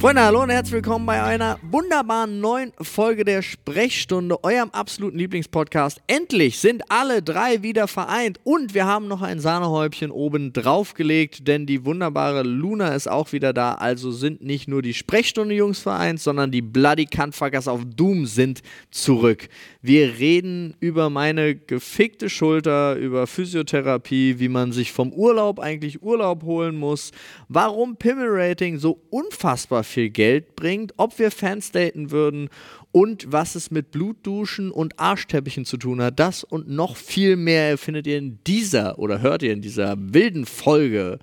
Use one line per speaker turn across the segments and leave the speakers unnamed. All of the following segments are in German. Freunde, hallo und herzlich willkommen bei einer wunderbaren neuen Folge der Sprechstunde, eurem absoluten Lieblingspodcast. Endlich sind alle drei wieder vereint und wir haben noch ein Sahnehäubchen oben draufgelegt, denn die wunderbare Luna ist auch wieder da. Also sind nicht nur die Sprechstunde-Jungs vereint, sondern die Bloody Cuntfuckers auf Doom sind zurück. Wir reden über meine gefickte Schulter, über Physiotherapie, wie man sich vom Urlaub eigentlich Urlaub holen muss, warum Pimmel-Rating so unfassbar viel Geld bringt, ob wir Fans daten würden und was es mit Blutduschen und Arschteppichen zu tun hat. Das und noch viel mehr findet ihr in dieser oder hört ihr in dieser wilden Folge.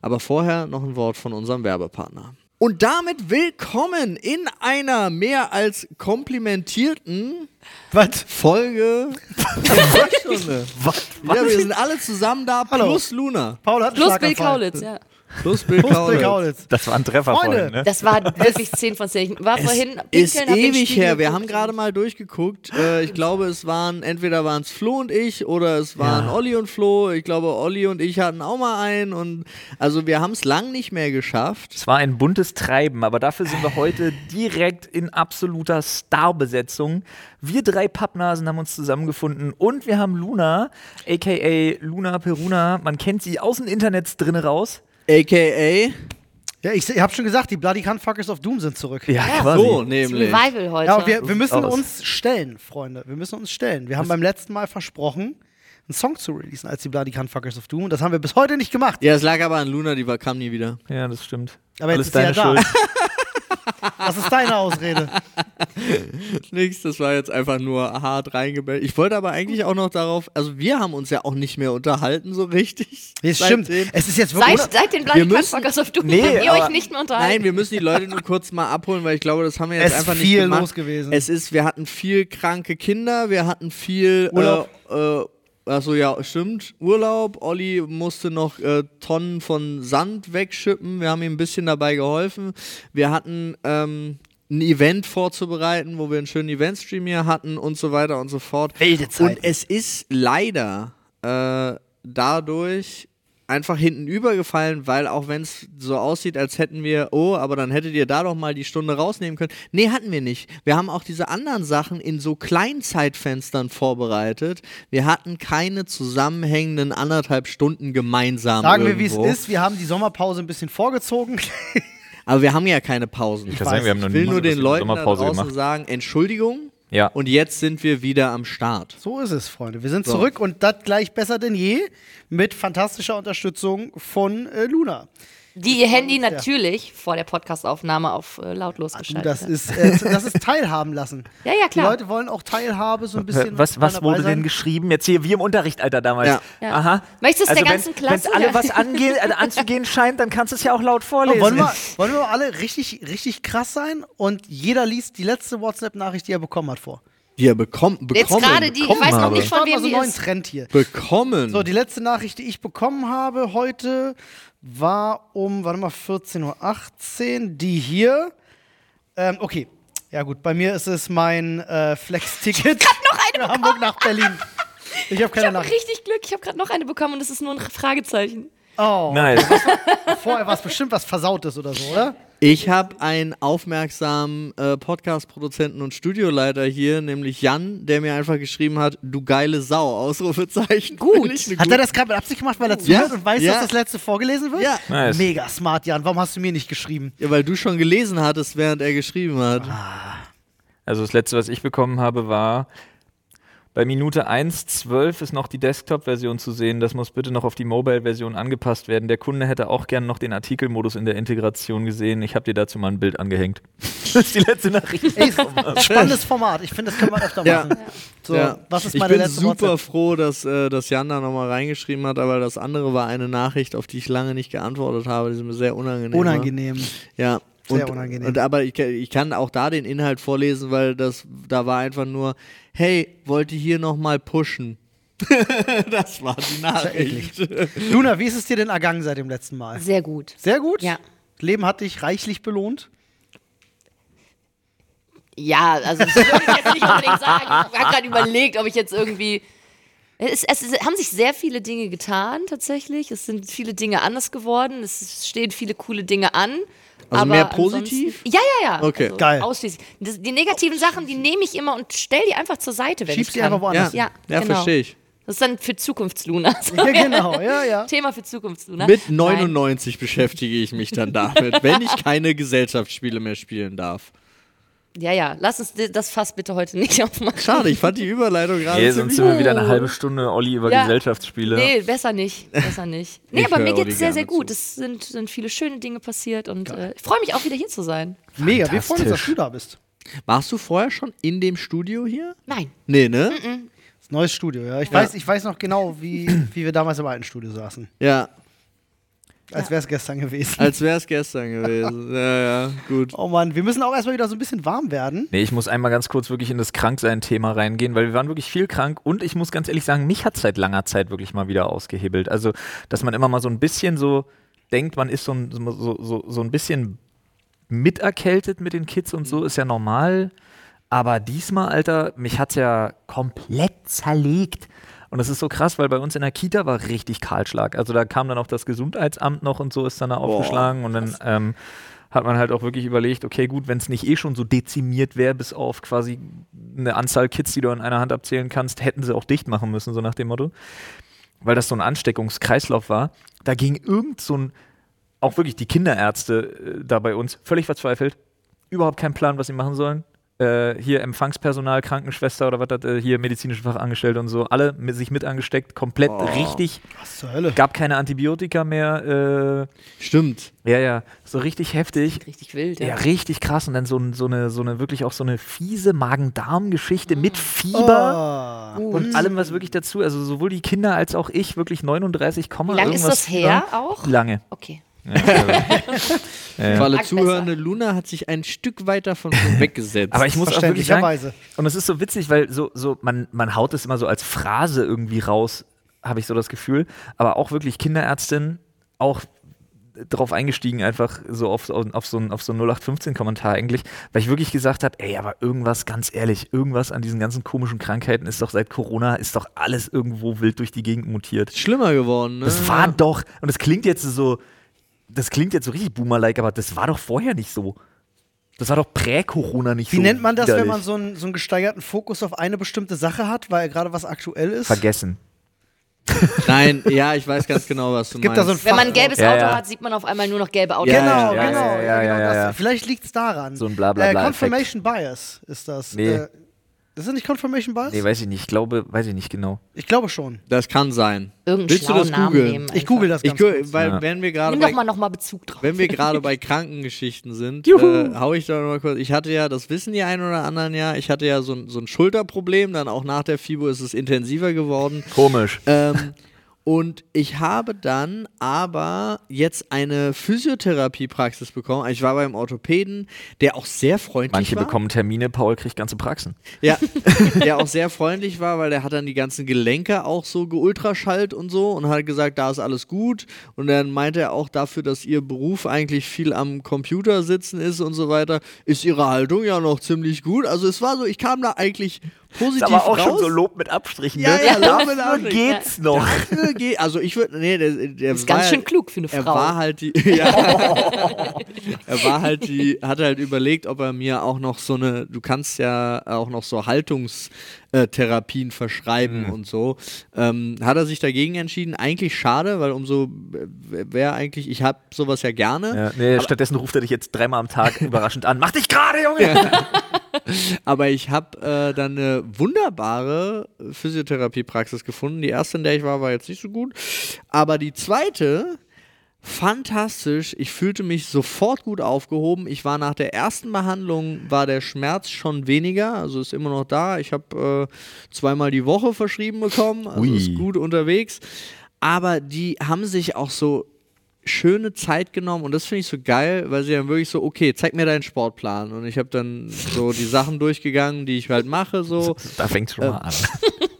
Aber vorher noch ein Wort von unserem Werbepartner. Und damit willkommen in einer mehr als komplimentierten
Was?
Folge.
Was?
ja, wir sind alle zusammen da,
Hallo.
plus Luna.
Paul hat einen
Plus Bill
Schlaganfall.
Kaulitz, ja.
Plus Bill
Plus Bill Kaulitz.
Das war ein Treffer
Freunde,
vorhin, ne?
Das war wirklich 10 von 10. War vorhin pinkeln,
Ist
hab den
ewig
Spiegel
her. Wir
geguckt.
haben gerade mal durchgeguckt. Äh, ich glaube, es waren, entweder waren es Flo und ich oder es waren Olli und Flo. Ich glaube, Olli und ich hatten auch mal einen. Und also wir haben es lang nicht mehr geschafft.
Es war ein buntes Treiben, aber dafür sind wir heute direkt in absoluter Starbesetzung. Wir drei Pappnasen haben uns zusammengefunden und wir haben Luna, aka Luna Peruna, man kennt sie aus dem Internet drinne raus.
AKA.
Ja, ich, ich habe schon gesagt, die Bloody Cuntfuckers of Doom sind zurück.
genau.
Ja,
So,
Das ist
nämlich.
Revival heute.
Ja, und wir,
So
wir müssen
sieht's aus.
uns stellen, Freunde. Wir müssen uns stellen. Wir haben beim letzten Mal versprochen, einen Song zu releasen als die Bloody Cuntfuckers of Doom. Und das haben wir bis heute nicht gemacht.
Ja, es lag aber an Luna, die war, kam nie wieder.
Ja, das stimmt.
Aber jetzt
Alles
ist sie
deine
ja da.
Schuld.
Das ist deine Ausrede.
Nix, das war jetzt einfach nur hart reingebellt. Ich wollte aber eigentlich auch noch darauf, also wir haben uns ja auch nicht mehr unterhalten so richtig.
Nee, es stimmt.
seitdem.
Es ist jetzt wirklich.
Seit, seit den
Wir
Bloody
müssen-
Cuntfuckers auf Doom
Nee,
könnt ihr
aber-
euch nicht mehr unterhalten.
Nein, wir müssen die Leute nur kurz mal abholen, weil ich glaube, das haben wir jetzt
Es
einfach nicht
viel
gemacht.
los gewesen.
Es ist, wir hatten viel kranke Kinder, wir hatten viel
Urlaub.
Äh, äh, Achso, ja, stimmt. Urlaub. Olli musste noch äh, Tonnen von Sand wegschippen. Wir haben ihm ein bisschen dabei geholfen. Wir hatten ähm, ein Event vorzubereiten, wo wir einen schönen Event-Stream hier hatten und so weiter und so fort.
Wilde Zeiten.
Und es ist leider äh, dadurch einfach hinten übergefallen, weil auch wenn es so aussieht, als hätten wir, oh, aber dann hättet ihr da doch mal die Stunde rausnehmen können. Nee, hatten wir nicht. Wir haben auch diese anderen Sachen in so kleinen Zeitfenstern vorbereitet. Wir hatten keine zusammenhängenden anderthalb Stunden gemeinsam.
Sagen wir, wie es
irgendwo.
ist. Wir haben die Sommerpause ein bisschen vorgezogen.
Aber wir haben ja keine Pausen.
Ich kann sagen, wir haben noch
Ich will
niemals
nur
was
den
über
Leuten da
Sommerpause
draußen
gemacht.
sagen, Entschuldigung.
Ja.
Und jetzt sind wir wieder am Start.
So ist es, Freunde. Wir sind zurück und das gleich besser denn je mit fantastischer Unterstützung von äh, Luna.
Die ihr Handy natürlich vor der Podcastaufnahme auf äh, lautlos
Du,
geschaltet
das
hat.
ist, äh, das ist teilhaben lassen.
Ja, ja,
Die
klar.
Leute wollen auch Teilhabe, so ein bisschen.
Was, was
dabei
wurde
sein.
denn geschrieben? Jetzt hier, wie im Unterricht, Alter, damals.
Ja.
Ja.
Aha. Also
Möchtest du der ganzen
wenn-
Klasse-
Wenn alle was ange äh, anzugehen scheint, dann kannst du es ja auch laut vorlesen.
Oh, wollen, wir, wollen wir alle richtig, richtig krass sein und jeder liest die letzte WhatsApp-Nachricht, die er bekommen hat, vor.
Die er bekommen,
Jetzt
bekommen,
gerade die, ich
bekommen
weiß noch
habe.
nicht von
Starten wir
wem
so
die
einen neuen
ist.
Trend hier.
Bekommen.
So, die letzte Nachricht, die ich bekommen habe heute, war um, warte mal, 14.18 Uhr. Die hier. Ähm, okay. Ja, gut, bei mir ist es mein äh, Flex-Ticket. Ich habe Hamburg nach Berlin. Ich habe
Ich
keine
habe
Nachricht.
richtig Glück, ich habe gerade noch eine bekommen und es ist nur ein Fragezeichen.
Oh,
Nice.
vorher war es bestimmt was Versautes oder so, oder?
Ich habe einen aufmerksamen äh, Podcast-Produzenten und Studioleiter hier, nämlich Jan, der mir einfach geschrieben hat, du geile Sau, Ausrufezeichen. ne Gut.
Hat er das gerade mit Absicht gemacht, weil er zuhört und weiß,
Ja.
dass das letzte vorgelesen wird?
Ja.
Nice.
Mega smart, Jan. Warum hast du mir nicht geschrieben?
ja, weil du schon gelesen hattest, während er geschrieben hat.
Ah,
Also das letzte, was ich bekommen habe, war bei Minute 1.12 ist noch die Desktop-Version zu sehen. Das muss bitte noch auf die Mobile-Version angepasst werden. Der Kunde hätte auch gern noch den Artikelmodus in der Integration gesehen. Ich habe dir dazu mal ein Bild angehängt. das ist die letzte Nachricht.
Ey, spannendes Format. Ich finde, das können wir öfter
Ja.
machen. So,
Ja.
was ist
ich
meine
bin
letzte
super
WhatsApp?
froh, dass, äh, dass Jan da nochmal reingeschrieben hat, aber das andere war eine Nachricht, auf die ich lange nicht geantwortet habe. Die ist mir sehr unangenehm. ne? war.
Unangenehm.
Ja.
Sehr
und,
unangenehm.
Und aber ich, ich kann auch da den Inhalt vorlesen, weil das da war einfach nur, hey, wollte hier nochmal pushen. das war die Nachricht.
Luna, wie ist es dir denn ergangen seit dem letzten Mal?
Sehr gut.
Sehr gut?
Ja.
Leben hat dich reichlich belohnt.
Ja, also das würde ich jetzt nicht unbedingt sagen. Ich habe gerade überlegt, ob ich jetzt irgendwie. Es, es, es haben sich sehr viele Dinge getan, tatsächlich. Es sind viele Dinge anders geworden. Es stehen viele coole Dinge an.
Also
Aber
mehr positiv?
ansonsten- Ja, ja, ja.
Okay.
Also
Geil.
Ausschließlich. Das, die negativen Sachen, die nehme ich immer und stell die einfach zur Seite, wenn
Schieb
ich
sie
kann.
einfach woanders.
Ja,
Ja,
ja
genau.
verstehe ich.
Das ist dann für Zukunftsluna.
Ja, genau, ja, ja.
Thema für Zukunftsluna.
Mit
Ne? Nein.
99 beschäftige ich mich dann damit, wenn ich keine Gesellschaftsspiele mehr spielen darf.
Ja, ja. Lass uns di- das Fass bitte heute nicht aufmachen.
Schade, ich fand die Überleitung gerade
Hier
ziemlich
sind wir wieder eine halbe Stunde Olli über
Ja.
Gesellschaftsspiele.
Nee, besser nicht. Besser nicht. Nee,
Ich
aber mir
höre
geht's
dir
sehr, sehr
gerne
gut.
zu.
Es sind, sind viele schöne Dinge passiert und äh, ich freue mich auch wieder hier zu sein.
Mega, wir freuen uns, dass
Fantastisch.
du da bist.
Warst du vorher schon in dem Studio hier?
Nein.
Nee, ne?
Das neues Studio, ja. Ich, Weiß, ich weiß noch genau, wie, wie wir damals im alten Studio saßen.
Ja,
Als wäre es gestern gewesen.
als wäre es gestern gewesen. Ja, ja, gut.
oh Mann, wir müssen auch erstmal wieder so ein bisschen warm werden.
Nee, ich muss einmal ganz kurz wirklich in das Kranksein-Thema reingehen, weil wir waren wirklich viel krank und ich muss ganz ehrlich sagen, mich hat seit langer Zeit wirklich mal wieder ausgehebelt. Also, dass man immer mal so ein bisschen so denkt, man ist so ein, so, so, so ein bisschen miterkältet mit den Kids und so, ist ja normal. Aber diesmal, Alter, mich hat's ja komplett zerlegt. Und das ist so krass, weil bei uns in der Kita war richtig Kahlschlag. Also da kam dann auch das Gesundheitsamt noch und so ist dann da aufgeschlagen. und dann ähm, hat man halt auch wirklich überlegt, okay, gut, wenn es nicht eh schon so dezimiert wäre, bis auf quasi eine Anzahl Kids, die du in einer Hand abzählen kannst, hätten sie auch dicht machen müssen, so nach dem Motto. Weil das so ein Ansteckungskreislauf war. Da ging irgend so ein auch wirklich die Kinderärzte äh, da bei uns völlig verzweifelt. Überhaupt keinen Plan, was sie machen sollen. Äh, hier Empfangspersonal, Krankenschwester oder was das, äh, hier medizinische Fachangestellte und so, alle mit, sich mit angesteckt, komplett richtig,
Was zur Hölle?
gab keine Antibiotika mehr,
Stimmt.
äh, ja, ja, so richtig heftig.
Richtig wild.
Ja,
Ja.
richtig krass. Und dann so, ein- so, eine, so eine wirklich auch so eine fiese Magen-Darm-Geschichte mit Fieber
Oh.
und allem, was wirklich dazu, also sowohl die Kinder als auch ich, wirklich 39,
Wie lange ist das her auch?
Lange.
Okay.
Ja, also, ja, ja.
Für alle
Mag
Zuhörende, Luna hat sich ein Stück weiter von mir weggesetzt.
Aber ich muss auch wirklich sagen,
Verständlicherweise.
und es ist so witzig, weil so, so man, man haut es immer so als Phrase irgendwie raus, habe ich so das Gefühl. Aber auch wirklich Kinderärztin, auch drauf eingestiegen, einfach so auf, auf, auf so einen auf so einen 0815-Kommentar eigentlich, weil ich wirklich gesagt habe, ey, aber irgendwas, ganz ehrlich, irgendwas an diesen ganzen komischen Krankheiten ist doch seit Corona, ist doch alles irgendwo wild durch die Gegend mutiert.
schlimmer geworden, ne?
Das war doch, und das klingt jetzt so, das klingt jetzt so richtig Boomer-like, aber das war doch vorher nicht so. Das war doch prä-Corona nicht
Wie
so.
nennt man das, wenn
widerlich.
man so einen, so einen gesteigerten Fokus auf eine bestimmte Sache hat, weil gerade was aktuell ist?
Vergessen.
Nein, ja, ich weiß ganz genau, was du
Gibt da
meinst.
so ein
Wenn man ein
Fach-
gelbes
Ja,
Auto
ja.
hat, sieht man auf einmal nur noch gelbe Autos.
Ja,
Genau,
ja,
genau.
ja,
Ja,
ja,
genau
ja, ja,
das.
ja.
Vielleicht liegt es daran.
So ein Blablabla-Effekt.
Äh, Confirmation Bias ist das.
Nee.
Äh, ist das nicht Confirmation Bias?
Nee, weiß ich nicht. Ich glaube, weiß ich nicht genau.
ich glaube schon.
das kann sein.
Irgendeinen
Willst du
schlauen
das
Namen
googeln?
nehmen.
Ich google das
Ich,
ganz
gu-
kurz.
weil
Ja.
wenn wir gerade
Nimm
bei
doch mal nochmal Bezug drauf.
Wenn wir gerade bei Krankengeschichten sind, äh, hau ich da nochmal kurz. Ich hatte ja, das wissen die einen oder anderen ja, ich hatte ja so, ein- so ein Schulterproblem, dann auch nach der FIBO ist es intensiver geworden.
Komisch.
Ähm, und ich habe dann aber jetzt eine Physiotherapiepraxis bekommen. Also Ich war beim Orthopäden, der auch sehr freundlich
Manche
war.
bekommen Termine, Paul kriegt ganze Praxen.
Ja, der auch sehr freundlich war, weil der hat dann die ganzen Gelenke auch so geultraschallt und so und hat gesagt, da ist alles gut. Und dann meinte er auch dafür, dass ihr Beruf eigentlich viel am Computer sitzen ist und so weiter, ist ihre Haltung ja noch ziemlich gut. Also es war so, ich kam da eigentlich positiv raus.
Lob mit Abstrichen. ne?
Ja, ja, Lob mit
Dafür
Abstrichen.
geht's noch.
Dafür geht, also ich würde, nee, der, der
ist ganz
war-
schön klug für eine
Er
Frau.
war halt die, ja, er war halt die, hat halt überlegt, ob er mir auch noch so eine, du kannst ja auch noch so Haltungstherapien verschreiben und so. Ähm, hat er sich dagegen entschieden? Eigentlich schade, weil umso wäre eigentlich, ich habe sowas ja gerne.
Ja, nee, stattdessen ruft er dich jetzt dreimal am Tag überraschend an. Mach dich gerade, Junge!
Aber ich habe äh, dann eine wunderbare Physiotherapiepraxis gefunden. Die erste, in der ich war, war jetzt nicht so gut. Aber die zweite, fantastisch. Ich fühlte mich sofort gut aufgehoben. Ich war nach der ersten Behandlung, war der Schmerz schon weniger. Also ist immer noch da. Ich habe äh, zweimal die Woche verschrieben bekommen. Also
Ui.
ist gut unterwegs. Aber die haben sich auch so schöne Zeit genommen und das finde ich so geil, weil sie dann wirklich so, okay, zeig mir deinen Sportplan und ich habe dann so die Sachen durchgegangen, die ich halt mache, so.
Da fängt's schon mal an.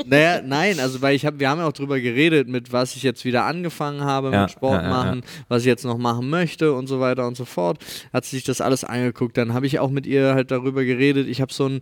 Naja, nein, also weil ich habe, wir haben ja auch drüber geredet, mit was ich jetzt wieder angefangen habe
Ja,
mit Sport
ja, ja,
machen, was ich jetzt noch machen möchte und so weiter und so fort. Hat sie sich das alles angeguckt, dann habe ich auch mit ihr halt darüber geredet. Ich habe so ein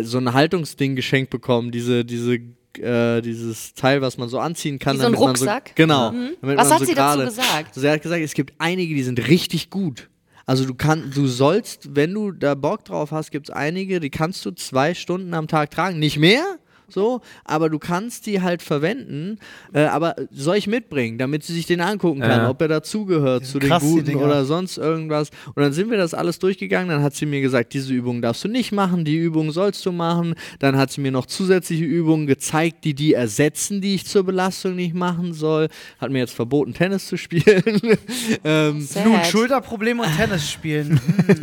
so ein Haltungsding geschenkt bekommen, diese diese äh, dieses Teil, was man so anziehen kann,
Wie so ein
damit man
Rucksack? Mhm.
so genau. damit
Was
man
hat sie dazu
gerade-
gesagt?
Sie hat gesagt, es gibt einige, die sind richtig gut. Also du kannst, du sollst, wenn du da Bock drauf hast, gibt es einige, die kannst du zwei Stunden am Tag tragen. Nicht mehr, so, aber du kannst die halt verwenden. Äh, aber soll ich mitbringen, damit sie sich den angucken kann,
Ja.
ob er dazugehört zu den
krass, die
Guten
Dinger.
oder sonst irgendwas. Und dann sind wir das alles durchgegangen. Dann hat sie mir gesagt, diese Übung darfst du nicht machen, die Übung sollst du machen. Dann hat sie mir noch zusätzliche Übungen gezeigt, die die ersetzen, die ich zur Belastung nicht machen soll. Hat mir jetzt verboten, Tennis zu spielen. ähm,
Sad.
Nun, Schulterproblem und Tennis spielen.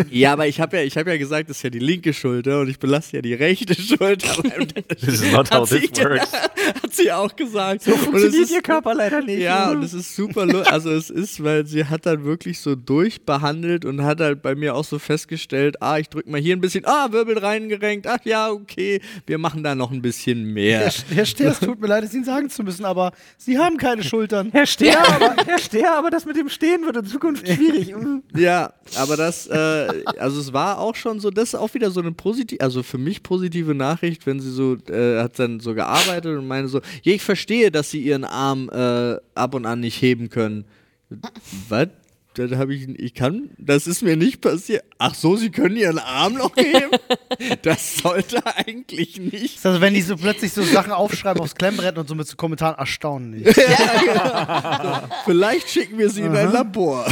ja, aber ich habe ja, ich hab ja gesagt, das ist ja die linke Schulter und ich belaste ja die rechte Schulter. beim Tennis.
This is not how this works.
hat sie auch gesagt. So
Funktioniert ihr Körper leider nicht.
Ja, und es ist super, lu- also es ist, weil sie hat dann wirklich so durchbehandelt und hat halt bei mir auch so festgestellt, ah, ich drück mal hier ein bisschen, ah, Wirbel reingerenkt, ach ja, okay, wir machen da noch ein bisschen mehr.
Herr Stehr, es tut mir leid, es Ihnen sagen zu müssen, aber Sie haben keine Schultern.
Herr Steher, aber, Herr Steher, aber das mit dem Stehen wird in Zukunft schwierig.
Ja, aber das, äh, also es war auch schon so, das ist auch wieder so eine positive, also für mich positive Nachricht, wenn sie so, äh, hat dann so gearbeitet und meine so, ja, ich verstehe, dass sie ihren Arm äh, ab und an nicht heben können. Was? Dann habe ich, ich kann, das ist mir nicht passiert. Ach so, sie können ihren Arm noch heben? Das sollte eigentlich nicht.
Also wenn die so plötzlich so Sachen aufschreiben aufs Klemmbrett und so mit so Kommentaren erstaunlich.
Vielleicht schicken wir sie in ein Labor.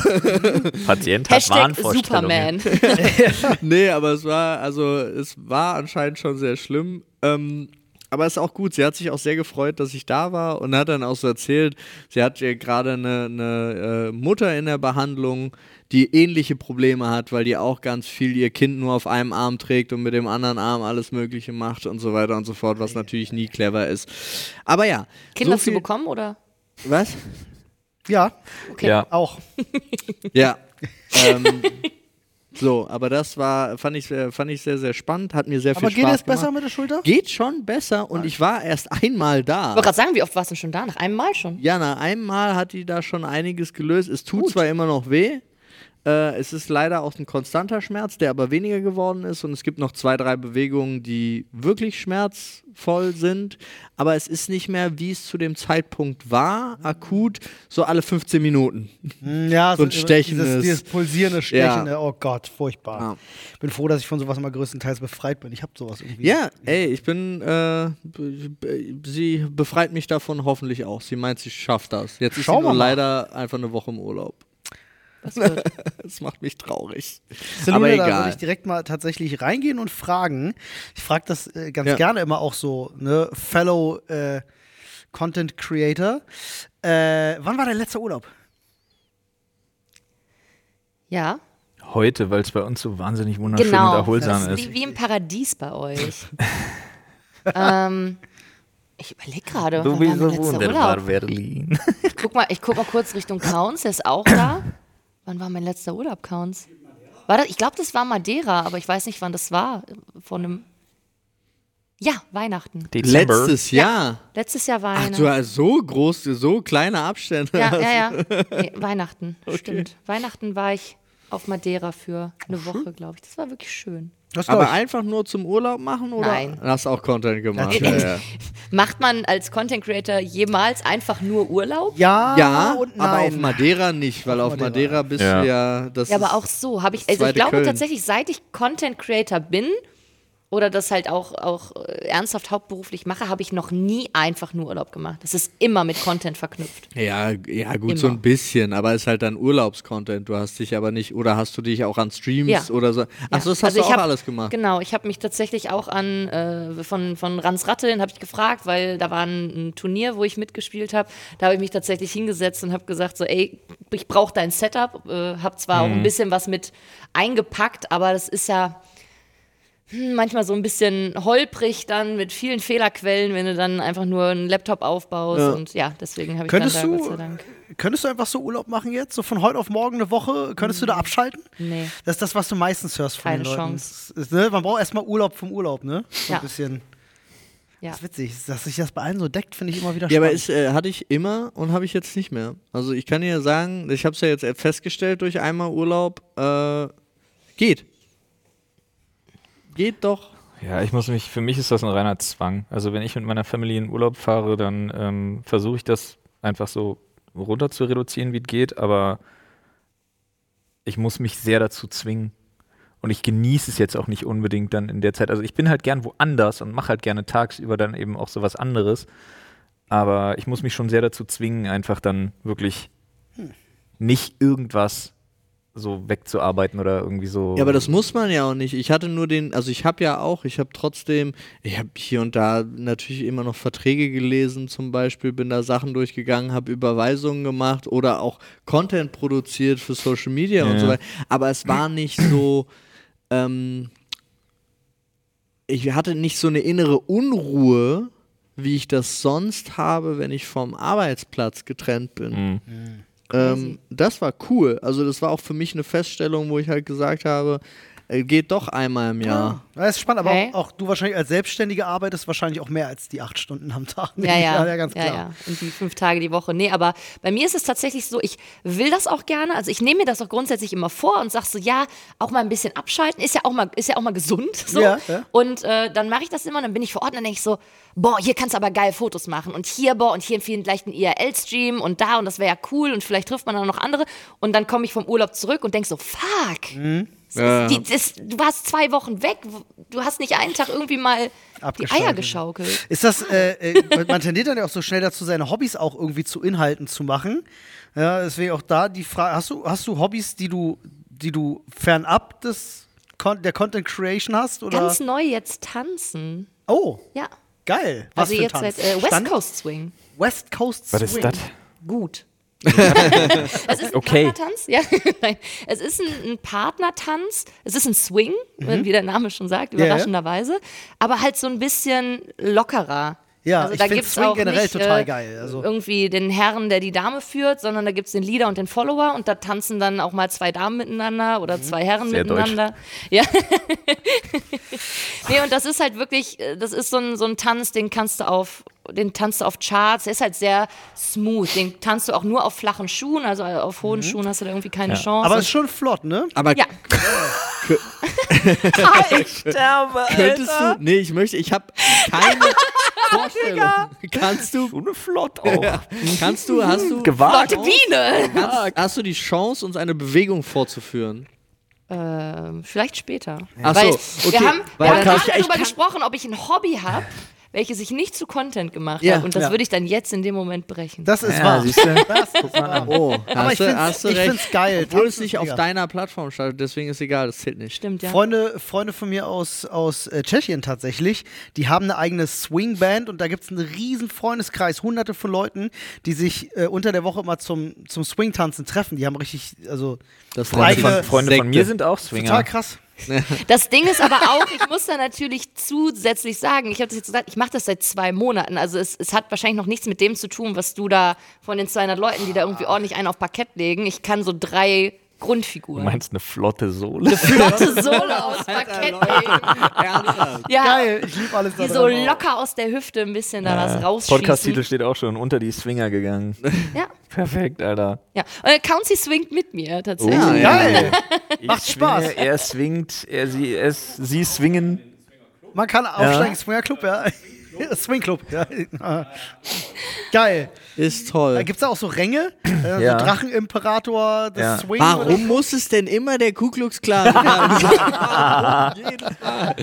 Patient hat
Hashtag
Wahnvorstellungen.
Superman.
nee, aber es war, also es war anscheinend schon sehr schlimm. Ähm, aber es ist auch gut. Sie hat sich auch sehr gefreut, dass ich da war und hat dann auch so erzählt, sie hat ja gerade eine, eine äh, Mutter in der Behandlung, die ähnliche Probleme hat, weil die auch ganz viel ihr Kind nur auf einem Arm trägt und mit dem anderen Arm alles Mögliche macht und so weiter und so fort, was natürlich nie clever ist. Aber ja.
Kinder
so
zu
viel,
bekommen, oder?
Was?
Ja,
Okay.
Ja,
auch.
Ja. ähm, so, aber das war, fand ich, sehr- fand ich sehr, sehr spannend, hat mir sehr viel
Aber geht
Spaß
es
gemacht.
besser mit der Schulter?
Geht schon besser und ich war erst einmal
Ich
da.
wollte gerade sagen, wie oft warst du schon da? Nach einem Mal schon.
Ja, nach einem Mal hat die da schon einiges gelöst. Es tut zwar immer noch weh. Äh, es ist leider auch ein konstanter Schmerz, der aber weniger geworden ist. Und es gibt noch zwei, drei Bewegungen, die wirklich schmerzvoll sind. Aber es ist nicht mehr, wie es zu dem Zeitpunkt war, akut, so alle 15 Minuten.
Hm, Ja,
So ein
so
Stechen
dieses,
ist-
dieses pulsierende Stechen. Oh Gott, furchtbar.
Ja.
Bin froh, dass ich von sowas immer größtenteils befreit bin. Ich habe sowas irgendwie.
Ja, ey, ich bin. Äh, b- b- sie befreit mich davon hoffentlich auch. Sie meint, sie schafft das. Jetzt ist
Schauen
sie nur
wir mal.
leider einfach eine Woche im Urlaub. Das macht mich traurig.
Zellular,
Aber
da würde
egal.
ich direkt mal tatsächlich reingehen und fragen. Ich frage das äh, ganz
Ja.
gerne immer auch so, ne, Fellow äh, Content Creator. Äh, wann war dein letzter Urlaub?
Ja. Genau.
heute, weil es bei uns so wahnsinnig wunderschön und erholsam
Das
ist.
ist wie, wie im Paradies bei euch. ähm, ich überlege gerade. wann war mein letzter Urlaub?
Berlin.
Ich guck, mal, ich guck mal kurz Richtung Counts, der ist auch da. Wann war mein letzter Urlaub, Counts? War das, ich glaube, das war Madeira, aber ich weiß nicht, wann das war. Von einem. Ja, Weihnachten.
Dezember.
Letztes Jahr.
Letztes Jahr
Ach, du
Weihnachten.
hast so groß, so kleine Abstände.
Ja, ja, ja. Nee, Weihnachten, stimmt. Weihnachten war ich auf Madeira für eine Woche, glaube ich. Das war wirklich schön.
Das glaub
Aber
ich.
einfach nur zum Urlaub machen oder?
Nein.
Hast auch Content gemacht. Ja, ja.
Macht man als Content Creator jemals einfach nur Urlaub?
ja,
ja
und
aber auf
nein.
Madeira nicht, weil auf, Madeira.
Madeira.
bist
Ja.
du ja. Das
Ja, aber
ist-
auch so habe ich, also ich
zweite
glaube
Köln.
tatsächlich, seit ich Content Creator bin oder das halt auch, auch äh, ernsthaft hauptberuflich mache, habe ich noch nie einfach nur Urlaub gemacht. Das ist immer mit Content verknüpft.
Ja, ja, gut,
Immer.
so ein bisschen, aber ist halt dann Urlaubscontent. Du hast dich aber nicht, oder hast du dich auch an Streams
Ja.
oder so. Achso, das hast
Also
du
ich
auch
hab-
alles gemacht.
Genau, ich habe mich tatsächlich auch an äh, von, von Rans Ratte, den habe ich gefragt, weil da war ein, ein Turnier, wo ich mitgespielt habe. Da habe ich mich tatsächlich hingesetzt und habe gesagt, so, ey, ich brauche dein Setup. Äh, habe zwar
Mhm.
auch ein bisschen was mit eingepackt, aber das ist ja hm, manchmal so ein bisschen holprig dann mit vielen Fehlerquellen, wenn du dann einfach nur einen Laptop aufbaust.
Ja.
Und ja, deswegen habe ich
Könntest
dann da,
du,
Gott sei Dank.
könntest du einfach so Urlaub machen jetzt? So von heute auf morgen eine Woche? Könntest du da abschalten?
Nee.
Das ist das, was du meistens hörst von
Keine
den Leuten.
Chance.
Das Ist, ne? Man braucht erstmal Urlaub vom Urlaub, ne? So
Ja.
ein bisschen.
Ja.
Das ist witzig, dass sich das bei allen so deckt, finde ich immer wieder
Ja,
spannend.
aber ist, äh, hatte ich immer und habe ich jetzt nicht mehr. Also ich kann dir ja sagen, ich habe es ja jetzt e-, festgestellt durch einmal Urlaub. Äh, geht. Geht doch.
Ja, ich muss mich, für mich ist das ein reiner Zwang. Also wenn ich mit meiner Family in Urlaub fahre, dann ähm, versuche ich das einfach so runter zu reduzieren, wie es geht, aber ich muss mich sehr dazu zwingen. Und ich genieße es jetzt auch nicht unbedingt dann in der Zeit. Also ich bin halt gern woanders und mache halt gerne tagsüber dann eben auch sowas anderes. Aber ich muss mich schon sehr dazu zwingen, einfach dann wirklich
Hm.
nicht irgendwas so wegzuarbeiten oder irgendwie so.
Ja, aber das muss man ja auch nicht. Ich hatte nur den, also ich habe ja auch, ich habe trotzdem, ich habe hier und da natürlich immer noch Verträge gelesen zum Beispiel, bin da Sachen durchgegangen, habe Überweisungen gemacht oder auch Content produziert für Social Media und
Ja.
so weiter. Aber es war nicht so, ähm, ich hatte nicht so eine innere Unruhe, wie ich das sonst habe, wenn ich vom Arbeitsplatz getrennt bin.
Mhm.
Ähm, das war cool. Also das war auch für mich eine Feststellung, wo ich halt gesagt habe, äh, geht doch einmal im Jahr.
Ja, ist spannend, aber
Okay.
auch, auch du wahrscheinlich als Selbstständige arbeitest wahrscheinlich auch mehr als die acht Stunden am Tag.
Ja, ja,
ja, ganz klar.
ja. Und die fünf Tage die Woche. Nee, aber bei mir ist es tatsächlich so, ich will das auch gerne. Also ich nehme mir das auch grundsätzlich immer vor und sag so, ja, auch mal ein bisschen abschalten, ist ja auch mal, ist ja auch mal gesund. So.
Ja, ja.
Und äh, dann mache ich das immer, dann bin ich vor Ort und dann denke ich so, boah, hier kannst du aber geil Fotos machen. Und hier, boah, und hier empfehlen gleich einen IRL-Stream und da und das wäre ja cool und vielleicht trifft man dann noch andere. Und dann komme ich vom Urlaub zurück und denk so, fuck.
Mhm.
Das ist-
Ja.
Die, das, du warst zwei Wochen weg, du hast nicht einen Tag irgendwie mal die Eier
Abgeschaltet.
geschaukelt.
Ist das, äh, äh, man tendiert dann ja auch so schnell dazu, seine Hobbys auch irgendwie zu Inhalten zu machen. Ja, deswegen auch da die Frage, hast du, hast du Hobbys, die du, die du fernab des, Con der Content Creation hast? Oder?
Ganz neu jetzt tanzen.
oh,
Äh, Ja.
geil. Was
Also
für ein
jetzt
Tanz?
seit äh, West
Stand-
Coast Swing.
West Coast
Was
Swing.
ist das?
Gut. es ist ein
Okay.
Partnertanz. Ja, nein. Es ist ein, ein Partnertanz. Es ist ein Swing, wie der Name schon sagt,
Mhm. Ja, ja.
überraschenderweise. Aber halt so ein bisschen lockerer. Also
Ja, ich
da
find
gibt's
Swing
auch
generell
nicht,
total
äh,
geil, also.
Irgendwie den Herren, der die Dame führt, sondern da gibt es den Leader und den Follower und da tanzen dann auch mal zwei Damen miteinander oder
Mhm.
zwei Herren
Sehr deutsch.
miteinander. Ja. Nee, und das ist halt wirklich, äh, das ist so ein, so ein Tanz, den kannst du auf, den tanzt du auf Charts, der ist halt sehr smooth, den tanzt du auch nur auf flachen Schuhen, also äh, auf hohen Schuhen hast du da irgendwie keine
Ja.
Chance.
Aber ist schon flott, ne?
Aber
ja.
könntest du. Nee, ich möchte, ich habe keine Vorstellung. Kannst du.
Ohne flott auch.
Kannst du, hast du.
Gewagt.
Rote Biene!
Hast, hast du die Chance, uns eine Bewegung vorzuführen?
Ähm, vielleicht später.
Ach
weil
so,
wir
okay.
haben, wir
Weil-
haben
Podcast-
gerade
ich
darüber
kann-
gesprochen, ob ich ein Hobby habe, welches ich nicht zu Content gemacht
Ja,
habe. Und das
ja.
würde ich dann jetzt in dem Moment brechen.
Das ist
Ja,
wahr.
siehst du?
Das ist wahr.
Oh,
Aber
hast
ich
du-
find's-
hast du
ich
recht.
find's geil.
Obwohl es
Tanzen
nicht
ist
auf
mega.
deiner Plattform startet, deswegen ist egal, das zählt nicht.
Stimmt, ja.
Freunde, Freunde von mir aus, aus äh, Tschechien tatsächlich, die haben eine eigene Swingband und da gibt es einen riesen Freundeskreis, hunderte von Leuten, die sich äh, unter der Woche immer zum, zum Swingtanzen treffen. Die haben richtig, also
Das
Freunde,
Eigene
von, Freunde
Sekte.
von mir sind auch
total
Swinger.
krass.
Das Ding ist aber auch, ich muss da natürlich zusätzlich sagen, ich habe das jetzt gesagt, ich mache das seit zwei Monaten. Also es, es hat wahrscheinlich noch nichts mit dem zu tun, was du da von den 200 Leuten, die da irgendwie ordentlich einen auf Parkett legen. Ich kann so drei
Du
Grundfiguren.
meinst eine flotte Sohle?
Flotte Sohle aus Parkett legen.
Ernsthaft?
Ja,
Geil, ich liebe alles
die so locker aus der Hüfte ein bisschen da
Äh,
was rausschießen.
Podcast-Titel steht auch schon unter die Swinger gegangen.
Ja,
Perfekt, Alter.
ja. Und äh, Councy swingt mit mir tatsächlich.
Ja, ja.
Geil,
Ich
Macht Spaß.
swinge, Er swingt, er, sie, es, sie swingen.
man kann aufsteigen, Swingerclub, ja. Swingclub, ja. Geil.
Ist toll.
Gibt es da auch so Ränge? Äh,
Ja.
So Drachenimperator, das
Ja.
Swing? oder-
Warum muss es denn immer der Ku Klux Klan sein? Jedes Mal.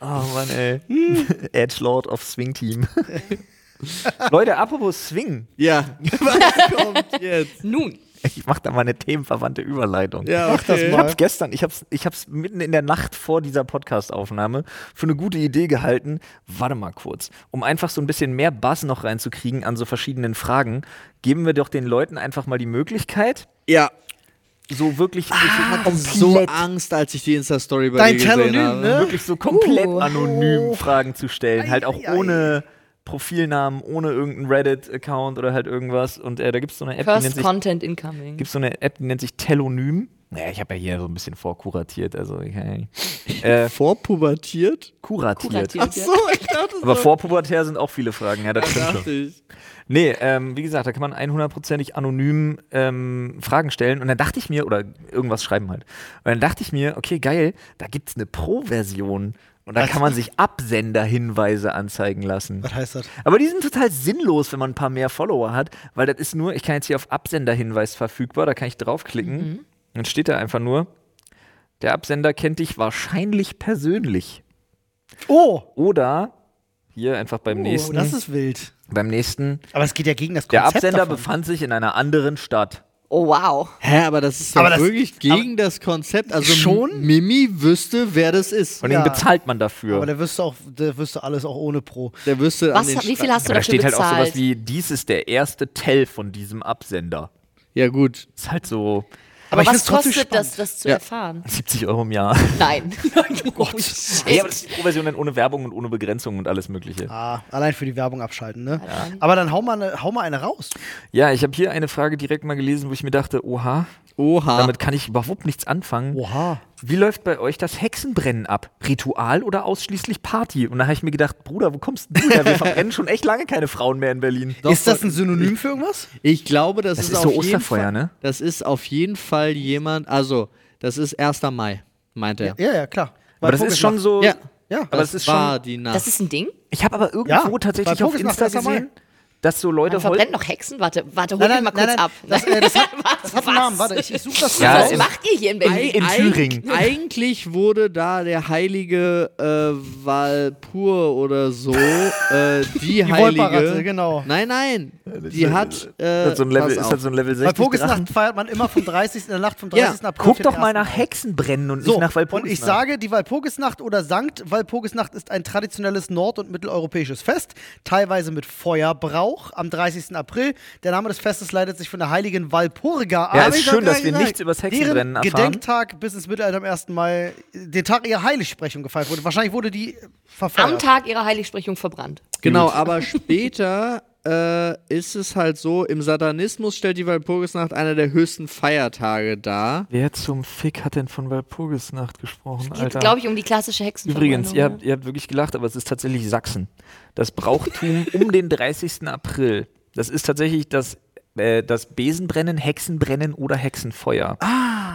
Oh Mann, ey. Edge Lord of Swing Team. Leute, apropos Swing.
Ja, was kommt
Oh.
jetzt?
Nun.
Ich mache da mal eine themenverwandte Überleitung.
Ja,
Mach das
okay.
Ich
mal.
hab's gestern, ich hab's, ich hab's mitten in der Nacht vor dieser Podcast-Aufnahme für eine gute Idee gehalten. Warte mal kurz. Um einfach so ein bisschen mehr Bass noch reinzukriegen an so verschiedenen Fragen, geben wir doch den Leuten einfach mal die Möglichkeit,
Ja,
so wirklich,
so Angst, als ich die Insta-Story bei
Dein
dir gesehen
Telonym,
habe.
ne?
wirklich so komplett
Uh.
anonym Fragen zu stellen. halt auch
ei, ei.
ohne Profilnamen, ohne irgendeinen Reddit-Account oder halt irgendwas. Und äh, da gibt's so eine App, die nennt
First
sich
Content Incoming.
gibt so eine App, die nennt sich Telonym. Naja, ich habe ja hier so ein bisschen vorkuratiert, also ich kann ja nicht. Äh,
Vorpubertiert?
kuratiert.
Kuratiert, ja.
So, ich dachte
Aber vorpubertär sind auch viele Fragen, ja, das stimmt schon.
ich.
Nee, ähm, wie gesagt, da kann man 100%ig anonym ähm, Fragen stellen. Und dann dachte ich mir, oder irgendwas schreiben halt. Und dann dachte ich mir, okay, geil, da gibt's eine Pro-Version. Und da kann man sich Absenderhinweise anzeigen lassen.
Was heißt das?
Aber die sind total sinnlos, wenn man ein
Mhm.
paar mehr Follower hat, weil das ist nur, ich kann jetzt hier auf Absenderhinweis verfügbar, da kann ich draufklicken. Dann steht da einfach nur, der Absender kennt dich wahrscheinlich persönlich.
Oh!
Oder hier einfach beim
oh
nächsten.
das ist wild.
beim nächsten.
Aber es geht ja gegen das
Der
Konzept
Absender
davon.
befand sich in einer anderen Stadt.
Oh, wow.
Hä, aber das ist
Aber
doch
das-
wirklich gegen das Konzept. Also
Schon?
Mimi wüsste, wer das ist.
Und
Ja.
den bezahlt man dafür.
Aber der wüsste auch, der wüsste alles auch ohne Pro.
Der wüsste an
Was,
den
wie viel
Stra-
hast du
Aber da
dafür
steht halt
bezahlt?
auch sowas wie, dies ist der erste Tell von diesem Absender.
Ja gut.
Ist halt so
Aber, ich
was
find's trotzdem
kostet das,
spannend.
das zu
Ja.
erfahren?
70 Euro im Jahr.
Nein.
Oh Gott. Ja, aber das ist die Pro-Version dann ohne Werbung und ohne Begrenzung und alles mögliche.
Ah, allein für die Werbung abschalten, ne?
Ja.
Aber dann hau mal, eine, hau mal eine raus.
Ja, ich habe hier eine Frage direkt mal gelesen, wo ich mir dachte, oha,
Oha.
damit kann ich überhaupt nichts anfangen.
Oha.
Wie läuft bei euch das Hexenbrennen ab? Ritual oder ausschließlich Party? Und da habe ich mir gedacht, Bruder, wo kommst denn du her? Wir verbrennen schon echt lange keine Frauen mehr in Berlin.
Doch,
ist das ein Synonym für irgendwas?
Ich glaube, das,
Das
ist,
ist
auf
so
jeden
Osterfeuer,
Fall,
ne?
Das ist auf jeden Fall jemand, also das ist 1. Mai, meint er.
Ja, ja, klar.
Aber das ist schon so.
Ja.
Ja,
aber das
das
ist
war
schon.
die Nacht.
Das ist ein Ding?
Ich habe aber irgendwo
Ja,
tatsächlich
bei
auf
Pokesnacht
Insta
erst einmal.
gesehen, dass so Leute
Man verbrennt noch Hexen? Warte, warte, hol mich mal kurz ab.
Das, äh, das, hat, das hat einen
Was?
Namen. Warte, ich, ich suche das
Ja,
mal
Was
raus.
im-
macht ihr hier in Berlin?
in Thüringen.
Eigentlich wurde da der heilige äh, Walpur oder so, äh, die, heilige.
Wolperratte, genau.
Nein, nein, die hat. Äh,
Ist das so ein Level,
pass
ist
auf.
das so ein Level
Bei
60 Drachen?
Walpurgisnacht feiert man immer vom 30. in der Nacht vom 30. April.
Guck
für
doch
den
mal nach
1..
Hexenbrennen und
So,
nicht nach Walpurgisnacht.
und ich sage, die Walpurgisnacht oder Sankt Walpurgisnacht ist ein traditionelles nord- und mitteleuropäisches Fest, teilweise mit Feuerbrauch am 30. April. Der Name des Festes leitet sich von der heiligen Walpurga ab.
Ja,
Hab
ist
ich doch
schön, dass
gleich
wir
gesagt.
nichts übers Hexenbrennen
Deren
erfahren.
Gedenktag bis ins Mittelalter am 1. Mai, den Tag ihrer Heiligsprechung gefeiert wurde. Wahrscheinlich wurde die äh, verfeuert.
Am Tag ihrer Heiligsprechung verbrannt.
Genau, aber später äh, ist es halt so, im Satanismus stellt die Walpurgisnacht einer der höchsten Feiertage dar.
Wer zum Fick hat denn von Walpurgisnacht gesprochen,
Geht,
Alter?
glaube ich, um die klassische Hexenverbrennung.
Übrigens, ihr habt, ihr habt wirklich gelacht, aber es ist tatsächlich Sachsen. Das Brauchtum um den 30. April. Das ist tatsächlich das, äh, das Besenbrennen, Hexenbrennen oder Hexenfeuer.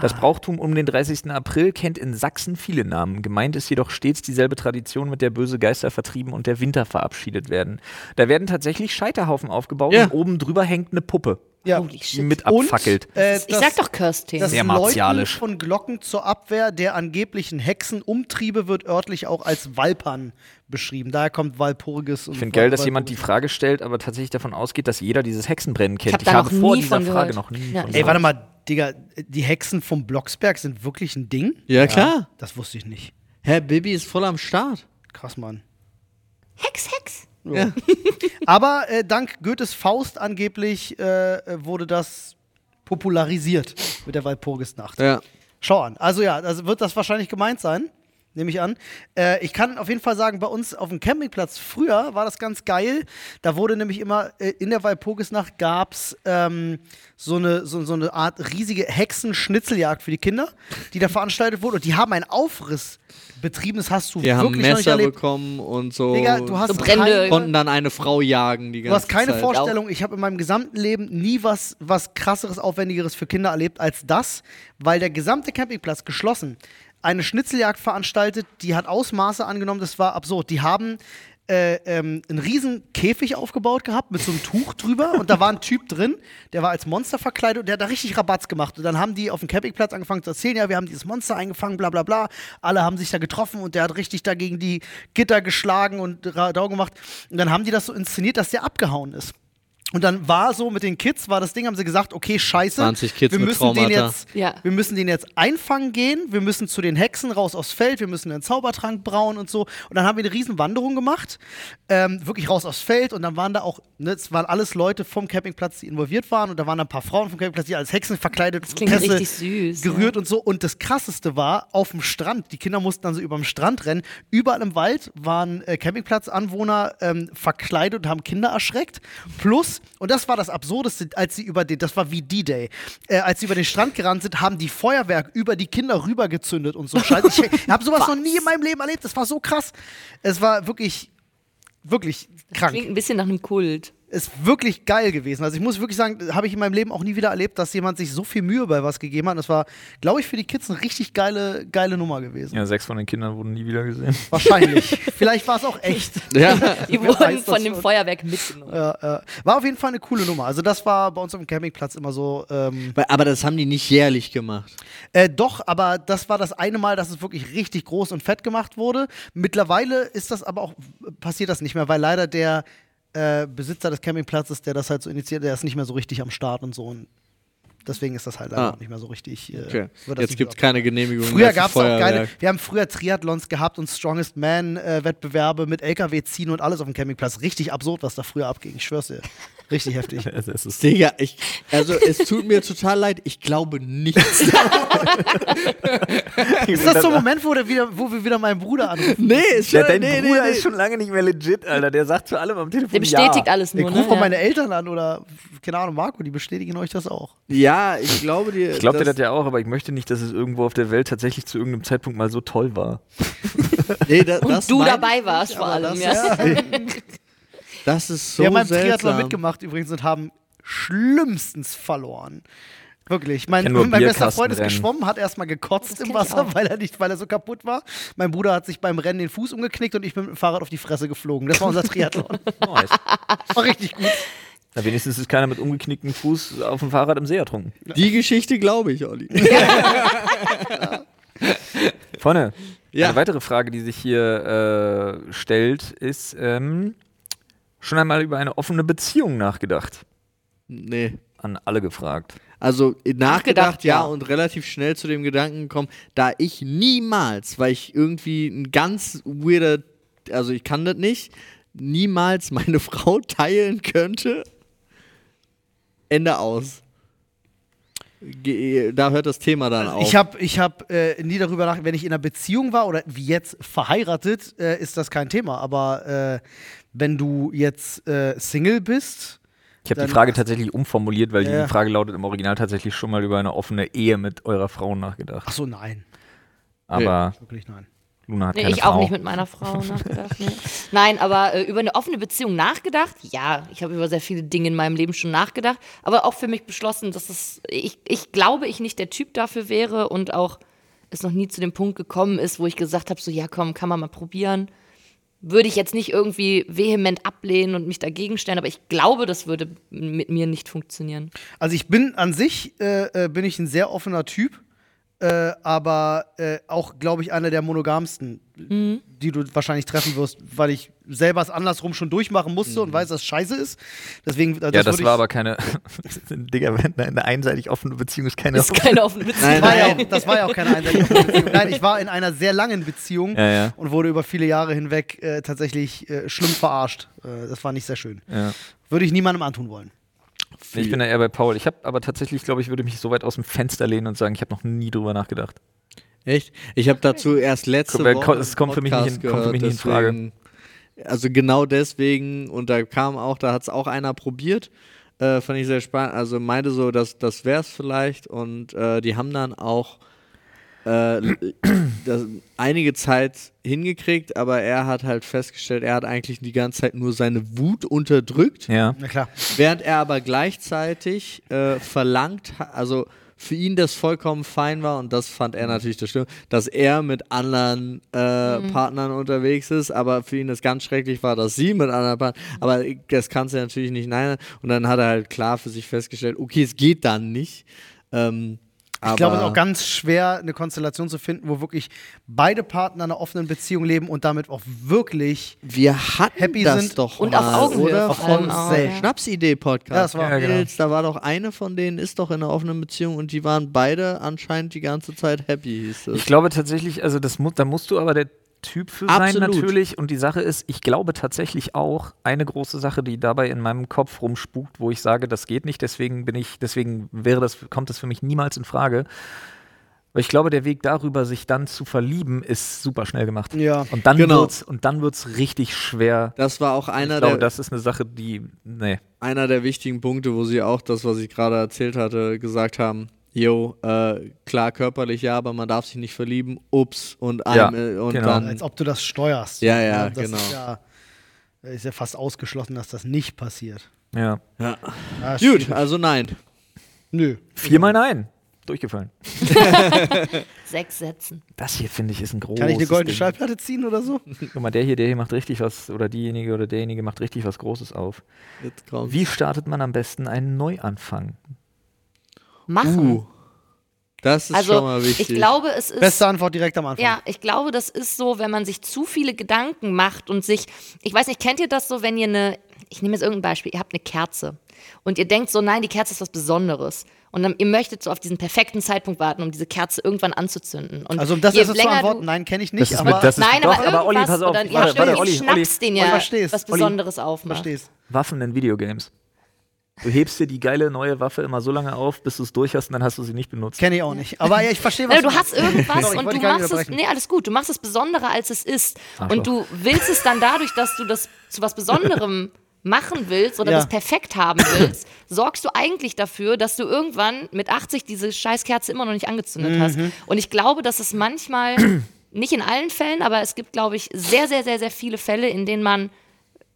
Das Brauchtum um den 30. April kennt in Sachsen viele Namen. Gemeint ist jedoch stets dieselbe Tradition, mit der böse Geister vertrieben und der Winter verabschiedet werden. Da werden tatsächlich Scheiterhaufen aufgebaut
Ja.
und oben drüber hängt eine Puppe,
ja.
Holy shit.
die mit abfackelt.
Und, äh,
ich
das-
sag doch Kirstin.
Das
Sehr
Läuten
martialisch.
von Glocken zur Abwehr der angeblichen Hexenumtriebe wird örtlich auch als Walpern beschrieben. Daher kommt Walpurgis.
Ich finde geil, dass jemand die Frage stellt, aber tatsächlich davon ausgeht, dass jeder dieses Hexenbrennen kennt.
hab da noch
vor
nie
dieser
von
Frage
gehört.
noch nie.
Ja,
von
ich
Ey,
gehört.
warte mal, Digga, die Hexen vom Blocksberg sind wirklich ein Ding?
Ja, klar.
Das wusste ich nicht.
Herr Bibi ist voll am Start.
Krass, Mann.
Hex, Hex.
Ja.
Aber äh, dank Goethes Faust angeblich äh, äh, wurde das popularisiert mit der Walpurgisnacht.
ja.
Schau an. Also ja, also wird das wahrscheinlich gemeint sein, nehme ich an. Äh, ich kann auf jeden Fall sagen, bei uns auf dem Campingplatz früher war das ganz geil. Da wurde nämlich immer äh, in der Walpurgisnacht gab's ähm, so, eine, so, so eine Art riesige Hexenschnitzeljagd für die Kinder, die da veranstaltet wurde. Und die haben einen Aufriss betrieben. Das hast du
Wir haben
wirklich noch nicht
Messer
erlebt.
bekommen und so.
Digga, du hast
So Brände.
kein-
konnten dann eine Frau jagen die
Du
ganze
hast keine
Zeit.
Vorstellung, ich habe in meinem gesamten Leben nie was, was krasseres, aufwendigeres für Kinder erlebt als das, weil der gesamte Campingplatz geschlossen eine Schnitzeljagd veranstaltet, die hat Ausmaße angenommen, das war absurd. Die haben äh, ähm, einen riesen Käfig aufgebaut gehabt mit so einem Tuch drüber und da war ein Typ drin, der war als Monster verkleidet und der hat da richtig Rabatz gemacht. Und dann haben die auf dem Campingplatz angefangen zu erzählen, ja, wir haben dieses Monster eingefangen, bla bla bla. Alle haben sich da getroffen und der hat richtig dagegen die Gitter geschlagen und Radau gemacht. Und dann haben die das so inszeniert, dass der abgehauen ist. Und dann war so mit den Kids, war das Ding, haben sie gesagt, okay, scheiße,
20 Kids
wir,
mit
müssen den
Traumata.
jetzt,
Ja.
wir müssen den jetzt einfangen gehen, wir müssen zu den Hexen raus aufs Feld, wir müssen einen Zaubertrank brauen und so. Und dann haben wir eine Riesenwanderung gemacht, ähm, wirklich raus aufs Feld und dann waren da auch, ne, es waren alles Leute vom Campingplatz, die involviert waren und da waren ein paar Frauen vom Campingplatz, die als Hexen verkleidet,
klingt
Pässe
richtig süß,
gerührt und so. Und das Krasseste war, auf dem Strand, die Kinder mussten dann so über dem Strand rennen, überall im Wald waren äh, Campingplatzanwohner ähm, verkleidet und haben Kinder erschreckt. Plus, und das war das Absurdeste, als sie über den, das war wie D-Day, äh, als sie über den Strand gerannt sind, haben die Feuerwerk über die Kinder rübergezündet und so. Scheiße, ich habe sowas noch nie in meinem Leben erlebt, das war so krass. Es war wirklich, wirklich krank.
Klingt ein bisschen nach einem Kult.
ist wirklich geil gewesen. Also ich muss wirklich sagen, habe ich in meinem Leben auch nie wieder erlebt, dass jemand sich so viel Mühe bei was gegeben hat. Und es war, glaube ich, für die Kids eine richtig geile, geile Nummer gewesen.
Ja, sechs von den Kindern wurden nie wieder gesehen.
Wahrscheinlich. Vielleicht war es auch echt.
Ja.
Die
Wer weiß
wurden
das
von dem
schon.
Feuerwerk mitgenommen.
Ja, ja. äh, War auf jeden Fall eine coole Nummer. Also das war bei uns auf dem Campingplatz immer so. Ähm,
Weil- Aber das haben die nicht jährlich gemacht.
äh, doch, aber das war das eine Mal, dass es wirklich richtig groß und fett gemacht wurde. Mittlerweile ist das aber auch passiert das nicht mehr, weil leider der äh, Besitzer des Campingplatzes, der das halt so initiiert, der ist nicht mehr so richtig am Start und so. Und deswegen ist das halt
Ah.
leider auch nicht mehr so richtig. Äh,
Okay.
wird das
Jetzt
nicht
gibt es
so
keine Genehmigung
Früher
für
gab es auch geile,
Feuerwerk.
wir haben früher Triathlons gehabt und Strongest Man-Wettbewerbe mit LKW ziehen und alles auf dem Campingplatz. Richtig absurd, was da früher abging. Ich schwör's dir. Richtig heftig.
Es ist
Digga, ich, also es tut mir total leid, ich glaube nichts.
Ist das so ein Moment, wo, der wieder, wo wir wieder meinen Bruder anrufen?
nee, ist
ja, dein Bruder ist schon lange nicht mehr legit, Alter. Der sagt zu allem am Telefon.
Der bestätigt
ja.
alles
Ich
nur.
rufe
Ne?
mal
Ja.
meine Eltern an oder, keine Ahnung, Marco, die bestätigen euch das auch.
Ja, ich glaube dir.
Ich glaube dir
dass-
das ja auch, aber ich möchte nicht, dass es irgendwo auf der Welt tatsächlich zu irgendeinem Zeitpunkt mal so toll war.
nee, da, das
Und du
meine
dabei
ich
warst
nicht,
vor
aber Das,
allem. Ja.
das ist so
wir haben beim Triathlon
seltsam.
mitgemacht übrigens und haben schlimmstens verloren. Wirklich. Mein,
kenn nur
mein bester
Bierkasten
Freund ist
rennen.
geschwommen, hat erstmal gekotzt im
kenn ich
Wasser,
auch.
weil er nicht, weil er so kaputt war. Mein Bruder hat sich beim Rennen den Fuß umgeknickt und ich bin mit dem Fahrrad auf die Fresse geflogen. Das war unser Triathlon.
Oh, Nice.
War richtig gut.
Na, wenigstens ist keiner mit umgeknicktem Fuß auf dem Fahrrad im See ertrunken.
Die Geschichte glaube ich, Olli.
Vorne.
Ja.
Eine weitere Frage, die sich hier äh, stellt, ist ähm, schon einmal über eine offene Beziehung nachgedacht.
nee.
An alle gefragt.
Also äh, nachgedacht,
Nachgedacht,
ja,
ja.
und relativ schnell zu dem Gedanken gekommen, da ich niemals, weil ich irgendwie ein ganz weirder, also ich kann das nicht, niemals meine Frau teilen könnte. Ende aus. Ge da hört das Thema dann auf.
Also, Ich habe ich hab, äh, nie darüber nachgedacht, wenn ich in einer Beziehung war oder wie jetzt verheiratet, äh, ist das kein Thema. Aber äh, wenn du jetzt äh, Single bist,
Ich habe
Dann-
die Frage tatsächlich umformuliert, weil
Ja.
die Frage lautet im Original tatsächlich schon mal über eine offene Ehe mit eurer Frau nachgedacht.
ach so, nein.
Aber
Wirklich nein.
Luna hat
Nee,
keine
ich
Frau.
auch nicht mit meiner Frau nachgedacht. Nee. Nein, aber äh, über eine offene Beziehung nachgedacht? Ja, ich habe über sehr viele Dinge in meinem Leben schon nachgedacht, aber auch für mich beschlossen, dass es, ich, ich glaube, ich nicht der Typ dafür wäre und auch es noch nie zu dem Punkt gekommen ist, wo ich gesagt habe, so ja, komm, kann man mal probieren. Würde ich jetzt nicht irgendwie vehement ablehnen und mich dagegen stellen, aber ich glaube, das würde mit mir nicht funktionieren.
Also ich bin an sich äh, äh, bin ich ein sehr offener Typ, äh, aber äh, auch glaube ich einer der monogamsten, die du wahrscheinlich treffen wirst, weil ich selber es andersrum schon durchmachen musste und weiß, dass es scheiße ist. Deswegen äh,
Mhm. ja, das
würd
war
ich-
aber keine. Digga, wenn eine einseitig offene Beziehung ist, keine.
Ist keine offene Beziehung.
Nein,
war
nein.
ja auch, das war ja auch keine einseitige offene Beziehung. Nein, ich war in einer sehr langen Beziehung
Ja, ja.
und wurde über viele Jahre hinweg äh, tatsächlich äh, schlimm verarscht. Äh, das war nicht sehr schön.
Ja.
Würde ich niemandem antun wollen.
Nee, ich bin da eher bei Paul. Ich habe aber tatsächlich, glaube ich, würde mich so weit aus dem Fenster lehnen und sagen, ich habe noch nie drüber nachgedacht.
Echt? Ich habe dazu erst letzte
Kommt-
Woche
äh, es kommt für mich
einen
nicht in-
Podcast
kommt für mich nicht in Frage.
gehört, deswegen- Also genau deswegen, und da kam auch, da hat es auch einer probiert, äh, fand ich sehr spannend, also meinte so, dass das wär's vielleicht und äh, die haben dann auch äh, das, einige Zeit hingekriegt, aber er hat halt festgestellt, er hat eigentlich die ganze Zeit nur seine Wut unterdrückt.
Ja.
Na klar.
Während er aber gleichzeitig äh, verlangt, ha- also für ihn das vollkommen fein war, und das fand er natürlich das Schlimme, dass er mit anderen äh,
Mhm.
Partnern unterwegs ist, aber für ihn das ganz schrecklich war, dass sie mit anderen Partnern, aber das kannst du natürlich nicht nein. Und dann hat er halt klar für sich festgestellt, okay, es geht dann nicht. Ähm, aber
Ich glaube, es ist auch ganz schwer, eine Konstellation zu finden, wo wirklich beide Partner in einer offenen Beziehung leben und damit auch wirklich.
wir hatten
happy
das
sind
doch
und auf
mal,
Augenhöhe
oder?
vor allem
Auf
auch, ne?
Augenhöhe.
ja.
Schnapsidee-Podcast.
Ja, das war-
Ja, genau.
Mädels, da war doch eine von denen, ist doch in einer offenen Beziehung und die waren beide anscheinend die ganze Zeit happy, hieß es.
Ich glaube tatsächlich, also das mu da musst du aber der Typ für sein
Absolut.
natürlich. Und die Sache ist, ich glaube tatsächlich auch, eine große Sache, die dabei in meinem Kopf rumspukt, wo ich sage, das geht nicht, deswegen bin ich, deswegen wäre das, kommt das für mich niemals in Frage. Weil ich glaube, der Weg darüber, sich dann zu verlieben, ist super schnell gemacht.
Mm, Ja.
Und dann
Genau.
wird's, und dann wird's richtig schwer.
Das war auch
ich
einer
glaube,
der,
das ist eine Sache, die. Nee.
einer der wichtigen Punkte, wo sie auch das, was ich gerade erzählt hatte, gesagt haben. Jo, äh, klar, körperlich ja, aber man darf sich nicht verlieben. Ups, und,
Ja,
einem, äh, und
genau.
dann.
Als ob du das steuerst.
Ja, ja,
das
genau.
Ist ja, Ist ja fast ausgeschlossen, dass das nicht passiert.
Ja.
Ja.
Ah,
Gut,
schwierig.
also nein.
Nö.
Oh, Viermal nein. Durchgefallen.
Sechs Sätzen.
Das hier, finde ich, ist ein großes
Kann ich eine goldene
Ding.
Schallplatte ziehen oder so?
Guck mal, der hier, der hier macht richtig was, oder diejenige oder derjenige macht richtig was Großes auf.
Jetzt kommt.
Wie startet man am besten einen Neuanfang?
Machen.
Uh. Das ist schon
also
mal
ich
wichtig.
glaube, es ist
Beste Antwort direkt am Anfang.
Ja, ich glaube, das ist so, wenn man sich zu viele Gedanken macht und sich, ich weiß nicht, kennt ihr das so, wenn ihr eine, ich nehme jetzt irgendein Beispiel, ihr habt eine Kerze und ihr denkt so, nein, die Kerze ist was Besonderes. Und dann, ihr möchtet so auf diesen perfekten Zeitpunkt warten, um diese Kerze irgendwann anzuzünden. Und
Also um das
je
erstmal zu
länger du-
antworten, nein, kenne ich nicht,
ist
aber
mit- das-
Nein,
doch,
aber,
aber Olli,
irgendwas,
pass auf,
oder ihr
warte,
habt
warte,
irgendwie
Olli,
einen Schnaps,
Olli,
den
Olli,
ihr
verstehst,
was
Olli,
Besonderes aufmacht.
verstehst.
Waffen in Videogames. Du hebst dir die geile neue Waffe immer so lange auf, bis du es durch hast und dann hast du sie nicht benutzt.
Kenne ich auch nicht. Aber ja, ich verstehe, was
Also du hast irgendwas
Sorry, ich
und
wollte
du
dich gar nicht
machst es.
unterbrechen.
Nee, alles gut. Du machst es besonderer, als es ist.
Arschloch.
Und du willst es dann dadurch, dass du das zu was Besonderem machen willst oder
Ja.
das perfekt haben willst, sorgst du eigentlich dafür, dass du irgendwann mit 80 diese Scheißkerze immer noch nicht angezündet hast.
Mhm.
Und ich glaube, dass es manchmal, nicht in allen Fällen, aber es gibt, glaube ich, sehr, sehr, sehr, sehr viele Fälle, in denen man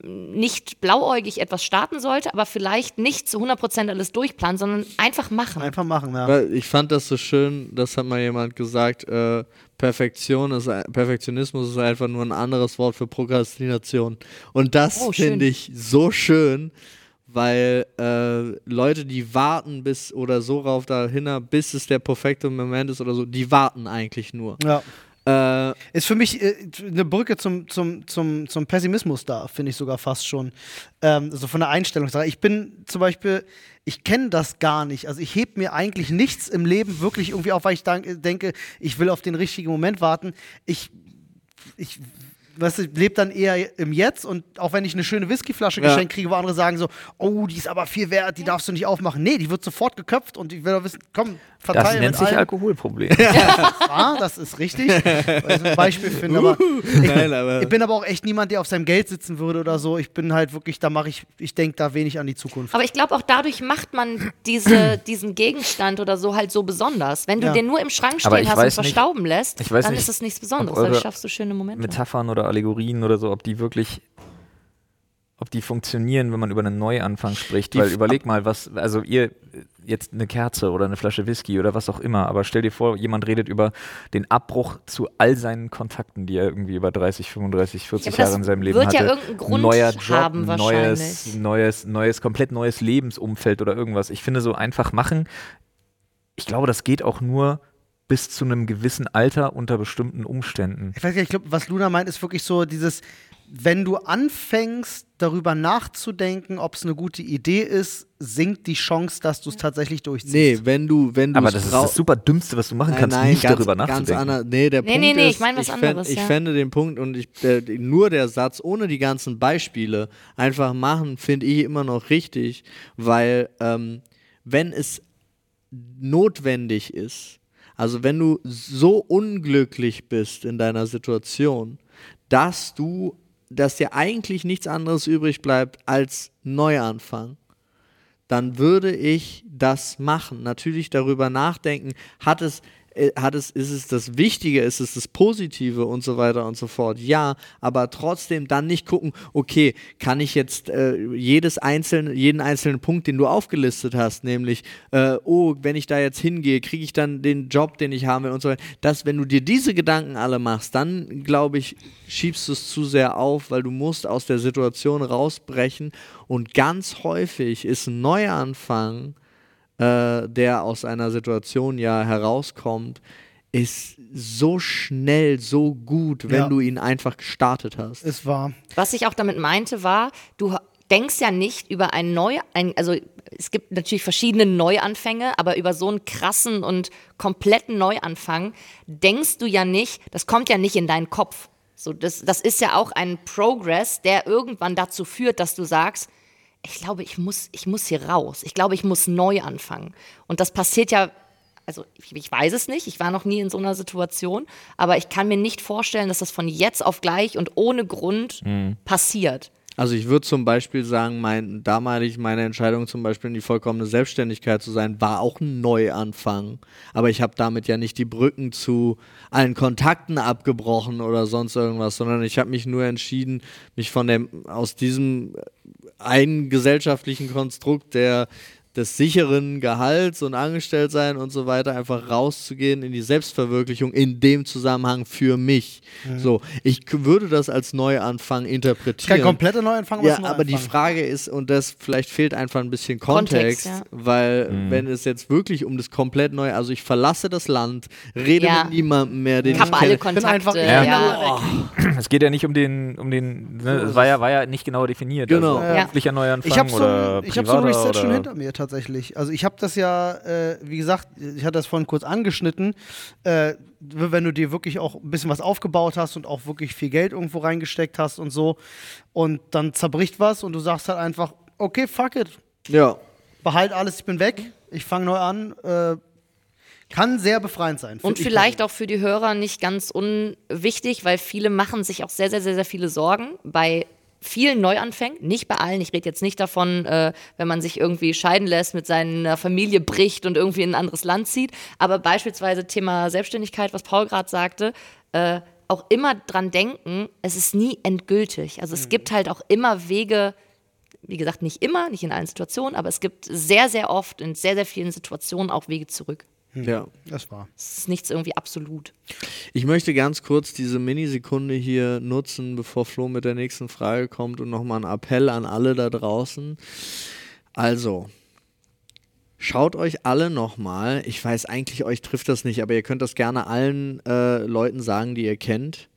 nicht blauäugig etwas starten sollte, aber vielleicht nicht zu 100% alles durchplanen, sondern einfach machen.
Einfach machen, ja.
Weil Ich fand das so schön, das hat mal jemand gesagt, äh, Perfektion ist, ein- Perfektionismus ist einfach nur ein anderes Wort für Prokrastination. Und das
Oh, schön.
finde ich so schön, weil äh, Leute, die warten bis oder so rauf dahin, bis es der perfekte Moment ist oder so, die warten eigentlich nur.
ja.
Äh,
Ist für mich äh, eine Brücke zum, zum, zum, zum Pessimismus da, finde ich sogar fast schon. Ähm, also von der Einstellungssache. Ich bin zum Beispiel, ich kenne das gar nicht. Also ich heb mir eigentlich nichts im Leben wirklich irgendwie auf, weil ich dank, denke, ich will auf den richtigen Moment warten. Ich, ich weißt du, lebe dann eher im Jetzt und auch wenn ich eine schöne Whiskyflasche
Ja.
geschenkt kriege, wo andere sagen so, oh, die ist aber viel wert, die darfst du nicht aufmachen. Nee, die wird sofort geköpft und ich will doch wissen, komm, verteile
das
mit
nennt sich
allen.
Alkoholproblem.
Ah, das ist richtig. Weil ich so ein Beispiel finde, aber ich,
Nein, aber-
ich bin aber auch echt niemand, der auf seinem Geld sitzen würde oder so. Ich bin halt wirklich, da mache ich, ich denke da wenig an die Zukunft.
Aber ich glaube, auch dadurch macht man diese, diesen Gegenstand oder so halt so besonders. Wenn du
Ja.
den nur im Schrank
Aber
stehen
ich
hast und
weiß nicht-
verstauben lässt,
ich weiß
dann
nicht,
ist es nichts
ob
Besonderes.
eure
Dann schaffst du schöne Momente.
Metaphern oder Allegorien oder so, ob die wirklich, ob die funktionieren, wenn man über einen Neuanfang spricht.
Die
Weil
f-
überleg mal, was, also ihr äh, jetzt eine Kerze oder eine Flasche Whisky oder was auch immer, aber stell dir vor, jemand redet über den Abbruch zu all seinen Kontakten, die er irgendwie über 30, 35, 40
aber das
Jahre in seinem Leben
wird
hatte.
ja irgendeinen Grund
Neuer Job,
haben
neues,
wahrscheinlich.
neues, neues, komplett neues Lebensumfeld oder irgendwas. Ich finde so einfach machen, ich glaube, das geht auch nur bis zu einem gewissen Alter unter bestimmten Umständen.
Ich weiß gar nicht, ich glaube, was Luna meint, ist wirklich so dieses, wenn du anfängst, darüber nachzudenken, ob es eine gute Idee ist, sinkt die Chance, dass du es tatsächlich durchziehst.
nee, wenn du, wenn du
Aber
es
das ist
brau-
das super Dümmste, was du machen
Nein,
kannst,
nein,
nicht
ganz,
darüber
ganz
nachzudenken.
anders. Nee, der
Nee,
Punkt
nee, nee,
ist,
ich meine was
fänd-
anderes,
ich
ja.
fände den Punkt und ich, äh, die- nur der Satz ohne die ganzen Beispiele einfach machen, finde ich immer noch richtig, weil ähm, wenn es notwendig ist, also wenn du so unglücklich bist in deiner Situation, dass du, dass dir eigentlich nichts anderes übrig bleibt als Neuanfang dann würde ich das machen. Natürlich darüber nachdenken, hat es, äh, hat es, ist es das Wichtige, ist es das Positive und so weiter und so fort. Ja, aber trotzdem dann nicht gucken, okay, kann ich jetzt äh, jedes einzelne, jeden einzelnen Punkt, den du aufgelistet hast, nämlich, äh, oh, wenn ich da jetzt hingehe, kriege ich dann den Job, den ich haben will und so weiter. Dass, wenn du dir diese Gedanken alle machst, dann glaube ich, schiebst du es zu sehr auf, weil du musst aus der Situation rausbrechen und ganz häufig ist ein Neuanfang, äh, der aus einer Situation ja herauskommt, ist so schnell, so gut, wenn
Ja.
du ihn einfach gestartet hast.
Es war.
Was ich auch damit meinte, war, du ha- denkst ja nicht über einen neu, ein, also es gibt natürlich verschiedene Neuanfänge, aber über so einen krassen und kompletten Neuanfang denkst du ja nicht, das kommt ja nicht in deinen Kopf. So, das, das ist ja auch ein Progress, der irgendwann dazu führt, dass du sagst, ich glaube, ich muss, ich muss hier raus. Ich glaube, ich muss neu anfangen. Und das passiert ja, also ich, ich weiß es nicht, ich war noch nie in so einer Situation, aber ich kann mir nicht vorstellen, dass das von jetzt auf gleich und ohne Grund passiert.
Also ich würde zum Beispiel sagen, mein, damalig meine Entscheidung zum Beispiel in die vollkommene Selbstständigkeit zu sein, war auch ein Neuanfang. Aber ich habe damit ja nicht die Brücken zu allen Kontakten abgebrochen oder sonst irgendwas, sondern ich habe mich nur entschieden, mich von dem, aus diesem äh, einen gesellschaftlichen Konstrukt der, des sicheren Gehalts und Angestelltsein und so weiter einfach rauszugehen in die Selbstverwirklichung in dem Zusammenhang für mich. So, ich k- würde das als Neuanfang interpretieren.
Kein kompletter Neuanfang,
ja,
ist ein
aber die
Neuanfang.
Frage ist, und das vielleicht fehlt einfach ein bisschen
Kontext,
Kontext,
ja.
weil wenn es jetzt wirklich um das komplett neue, also ich verlasse das Land, rede
Ja.
mit niemandem mehr, den
Kappe
ich kenne.
alle
bin einfach
Kontakte.
eher
ja.
Es geht ja nicht um den, um den, ne, es war ja, war ja nicht genau definiert.
Genau.
Also,
Ja.
beruflicher Neuanfang
Ich habe so,
oder
ein- ich hab so ein
privater
Reset
oder
schon hinter mir tatsächlich. Also ich habe das ja, äh, wie gesagt, ich hatte das vorhin kurz angeschnitten. Äh, wenn du dir wirklich auch ein bisschen was aufgebaut hast und auch wirklich viel Geld irgendwo reingesteckt hast und so und dann zerbricht was und du sagst halt einfach, okay, fuck it,
Ja.
behalt alles, ich bin weg, ich fange neu an. Äh, kann sehr befreiend sein.
Und vielleicht auch für die Hörer nicht ganz unwichtig, weil viele machen sich auch sehr, sehr, sehr, sehr viele Sorgen bei vielen Neuanfängen, nicht bei allen. Ich rede jetzt nicht davon, äh, wenn man sich irgendwie scheiden lässt, mit seiner Familie bricht und irgendwie in ein anderes Land zieht. Aber beispielsweise Thema Selbstständigkeit, was Paul gerade sagte, äh, auch immer dran denken, es ist nie endgültig. Also es gibt halt auch immer Wege, wie gesagt, nicht immer, nicht in allen Situationen, aber es gibt sehr, sehr oft in sehr, sehr vielen Situationen auch Wege zurück.
ja.
Das war.
Es ist nichts irgendwie absolut.
Ich möchte ganz kurz diese Minisekunde hier nutzen, bevor Flo mit der nächsten Frage kommt und nochmal einen Appell an alle da draußen. Also, schaut euch alle nochmal, ich weiß eigentlich, euch trifft das nicht, aber ihr könnt das gerne allen äh, Leuten sagen, die ihr kennt,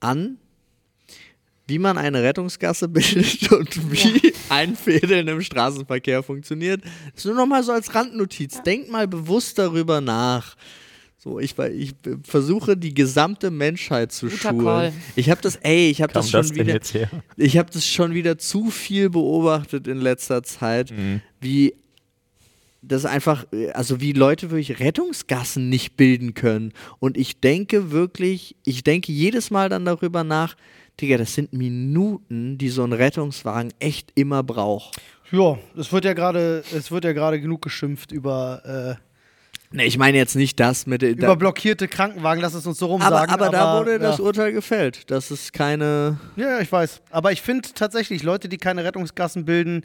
an, wie man eine Rettungsgasse bildet und wie ein Fädeln im Straßenverkehr funktioniert. Das ist nur nochmal so als Randnotiz. Denkt mal bewusst darüber nach. So, ich, war- ich äh, versuche die gesamte Menschheit zu
Guter
schulen.
Call.
Ich habe das, ey, ich habe das
Kam
schon
das denn
wieder,
jetzt her?
ich habe das schon wieder zu viel beobachtet in letzter Zeit, wie das einfach, äh, also wie Leute wirklich Rettungsgassen nicht bilden können. Und ich denke wirklich, ich denke jedes Mal dann darüber nach, Digga, das sind Minuten, die so ein Rettungswagen echt immer braucht.
Ja, es wird ja gerade, es wird ja gerade genug geschimpft über, äh,
Ne, ich meine jetzt nicht das mit der.
über blockierte Krankenwagen, lass es uns so
aber,
rumsagen.
aber da wurde das
ja.
Urteil gefällt. Das ist keine.
Ja, ja, ich weiß. Aber ich finde tatsächlich, Leute, die keine Rettungsgassen bilden,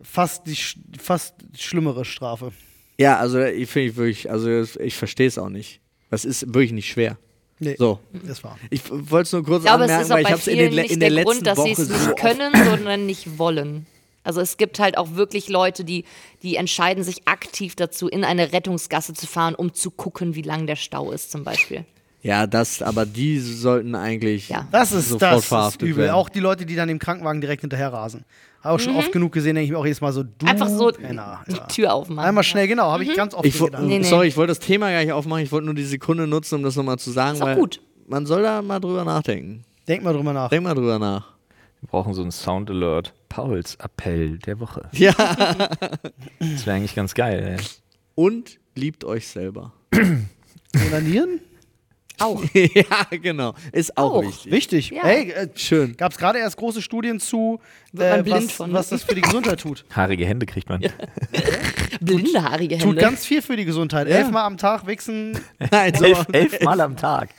fast die sch- fast schlimmere Strafe.
Ja, also ich finde ich wirklich, also ich verstehe es auch nicht. Das ist wirklich nicht schwer.
Nee.
So.
Das war.
Ich wollte es nur kurz
Ich glaube, es
anmerken,
ist auch
weil ich
bei
habe es in, den
vielen
le-
nicht
in der
der
letzten
Grund, dass sie
Woche
es
so
nicht
oft-
können, sondern nicht wollen. Also es gibt halt auch wirklich Leute, die, die entscheiden sich aktiv dazu, in eine Rettungsgasse zu fahren, um zu gucken, wie lang der Stau ist zum Beispiel.
Ja, das, aber die sollten eigentlich
Ja.
Das ist
sofort
das ist
verhaftet
übel.
werden.
Auch die Leute, die dann dem Krankenwagen direkt hinterher rasen. Habe ich schon oft genug gesehen, denke ich mir auch jedes Mal so, du
Mhm. Einfach so
Penner,
die Mhm.
Alter.
Tür aufmachen.
Einmal schnell, genau, habe ich ganz oft
ich
so
wo-
gedacht.
Nee, nee.
Sorry, ich wollte das Thema gar nicht aufmachen, ich wollte nur die Sekunde nutzen, um das nochmal zu sagen.
Ist auch
weil
gut.
Man soll da mal drüber nachdenken.
Denk mal drüber nach.
Denk mal drüber nach.
Wir brauchen so einen Sound Alert. Pauls Appell der Woche.
Ja.
Das wäre eigentlich ganz geil. Ey.
Und liebt euch selber.
Onanieren?
Auch.
ja, genau. Ist auch,
Auch.
wichtig.
Wichtig.
Ja.
Hey, äh,
Schön.
gab es gerade erst große Studien zu,
Wird man
äh,
blind
was,
von, ne?
was das für die Gesundheit tut.
Haarige Hände kriegt man.
Blindehaarige
Tut
Hände.
ganz viel für die Gesundheit.
Ja.
Elfmal am Tag wichsen.
Nein,
Elf,
aber-
elf Mal am Tag.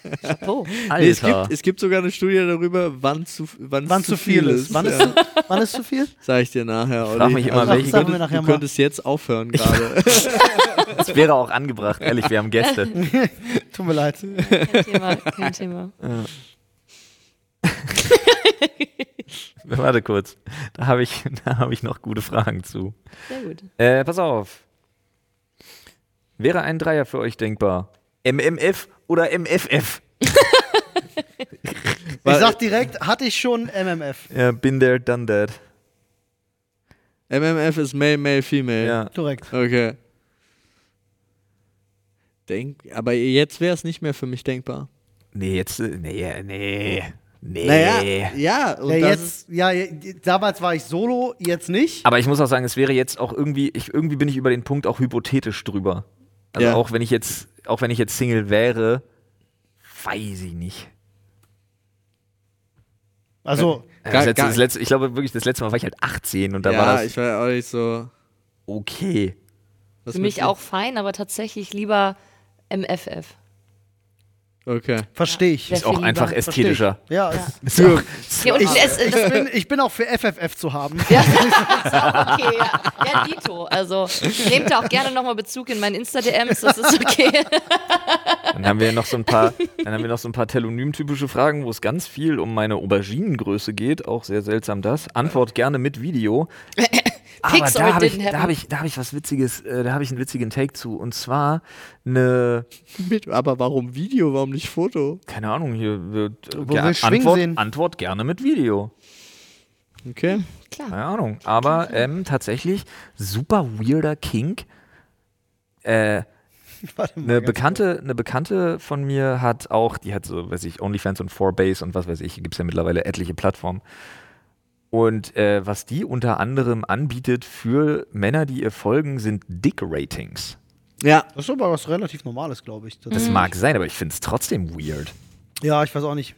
Oh.
Nee, es, gibt,
Alter.
es gibt sogar eine Studie darüber, wann zu, wann
Wann
es
zu viel ist. Wann
ja.
ist, wann ist zu viel?
Sag ich dir nachher. Olli.
frag mich immer,
also,
welche-
du
Sagen wir
könntest,
nachher
du
mal.
könntest jetzt aufhören gerade.
Das wäre auch angebracht. Ehrlich, wir haben Gäste.
Tut mir leid.
Kein Thema, kein Thema.
Warte kurz. Da habe ich, da habe ich noch gute Fragen zu.
Sehr gut.
Äh, pass auf. Wäre ein Dreier für euch denkbar? MMF oder MFF?
Ich sag direkt, hatte ich schon MMF.
Ja, been there, done that.
MMF ist Male, Male, Female.
Ja.
Korrekt.
Okay. Denk, aber jetzt wäre es nicht mehr für mich denkbar.
Nee, jetzt. äh, Nee, nee. Nee.
Äh. Naja, ja, und
Ja,
das
jetzt, ja, je- damals war ich solo, jetzt nicht.
Aber ich muss auch sagen, es wäre jetzt auch irgendwie, ich, irgendwie bin ich über den Punkt auch hypothetisch drüber. Also
Ja.
auch wenn ich jetzt, auch wenn ich jetzt Single wäre, weiß ich nicht.
Also,
Das
Gar-
letzte,
gar-
das letzte, ich glaube wirklich, das letzte Mal war ich halt 18 und da war
Ja,
das
ich war auch nicht so.
okay.
das
Für
mit-
mich auch fein, aber tatsächlich lieber MFF.
Okay.
Verstehe ich.
Ja,
Ist auch
viel
einfach
lieber.
Versteh ich.
ästhetischer.
Ja, ist-
Ist auch,
Ja, und es,
Ich,
das,
bin, ich bin auch für FFF zu haben.
ja, ist auch okay, ja. ja, Dito. Also nehmt da auch gerne nochmal Bezug in meinen Insta-DMs, das ist okay.
Dann haben wir noch so ein paar, dann haben wir noch so ein paar telonym-typische Fragen, wo es ganz viel um meine Auberginengröße geht. Auch sehr seltsam das. Antwort gerne mit Video. Aber
Pixel
da habe ich,
didn't happen.
da hab ich, da hab ich was Witziges, äh, da habe ich einen witzigen Take zu. Und zwar eine,
Mit, aber warum Video, warum nicht Foto?
keine Ahnung, hier wird äh,
will ich schwingen sehen?
Antwort, Antwort gerne mit Video.
Okay.
Klar.
Keine Ahnung. Aber ähm, tatsächlich, super weirder Kink. Äh,
Warte mal,
Eine
ganz-
Bekannte, eine Bekannte von mir hat auch, die hat so, weiß ich, OnlyFans und 4Base und was weiß ich, gibt es ja mittlerweile etliche Plattformen. Und äh, was die unter anderem anbietet für Männer, die ihr folgen, sind Dick-Ratings.
Ja.
Das ist aber was relativ Normales, glaube ich. Das-
Das
Mhm.
mag sein, aber ich finde es trotzdem weird.
Ja, ich weiß auch nicht.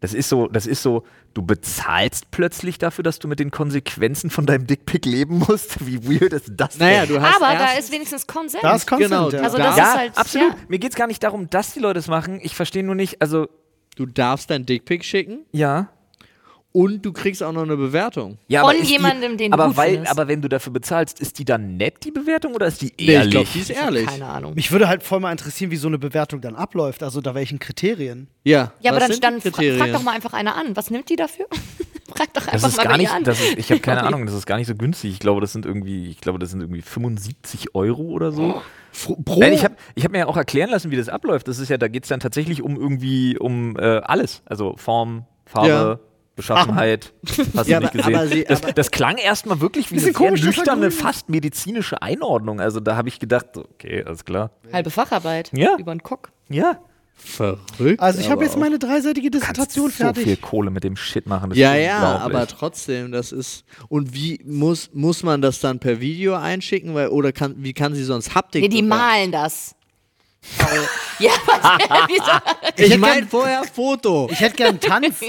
Das ist so, das ist so, du bezahlst plötzlich dafür, dass du mit den Konsequenzen von deinem Dickpick leben musst. Wie weird ist das
Naja,
denn?
du hast.
Aber da
erst-
ist wenigstens Konsens.
Da ist Consent,
Genau,
ja.
du
Also
darfst-
das
ja,
ist halt,
absolut.
Ja,
Mir geht es gar nicht darum, dass die Leute es machen. Ich verstehe nur nicht, also,
Du darfst dein Dickpick schicken
ja.
und du kriegst auch noch eine Bewertung.
Ja,
Von
aber ist
jemandem,
die,
den du
aber
gut
weil,
findest.
Aber wenn du dafür bezahlst, ist die dann nett, die Bewertung, oder ist die ehrlich?
Nee, ich glaube, die ist ehrlich.
keine Ahnung.
Mich würde halt voll mal interessieren, wie so eine Bewertung dann abläuft. Also da welchen Kriterien.
Ja.
Ja,
was
aber dann,
sind die
dann fra-
Kriterien?
frag doch mal einfach einer an. Was nimmt die dafür? frag doch einfach
das ist
mal
gar
bei ihr
nicht,
an.
das ist, ich habe keine Ahnung, das ist gar nicht so günstig. Ich glaube, das sind irgendwie, ich glaube, das sind irgendwie 75 Euro oder so.
Fro- Pro,
Nein, ich habe ich hab mir ja auch erklären lassen, wie das abläuft. Das ist ja, da geht es dann tatsächlich um irgendwie um äh, alles. Also Form, Farbe.
Ja.
Beschaffenheit, hast du
Ja,
nicht
aber-
gesehen.
aber sie-
das,
aber-
das klang erstmal wirklich wie eine
Bisschen
sehr
komisch, dass da grün
nüchterne,
ist.
fast medizinische Einordnung. Also da habe ich gedacht, so, okay, alles klar.
Halbe Facharbeit
Ja.
über den Kock.
Ja,
verrückt.
Also ich habe
aber
jetzt meine dreiseitige Dissertation
so viel
fertig.
Kohle mit dem Shit machen. das
Ja,
ist
ja,
unglaublich.
aber trotzdem, das ist. Und wie muss, muss man das dann per Video einschicken? Weil, oder kann, wie kann sie sonst Haptik.
Nee, die
bewerten?
malen das. ja, was, wieso?
Ich meine vorher Foto.
Ich hätte gern einen Tanz,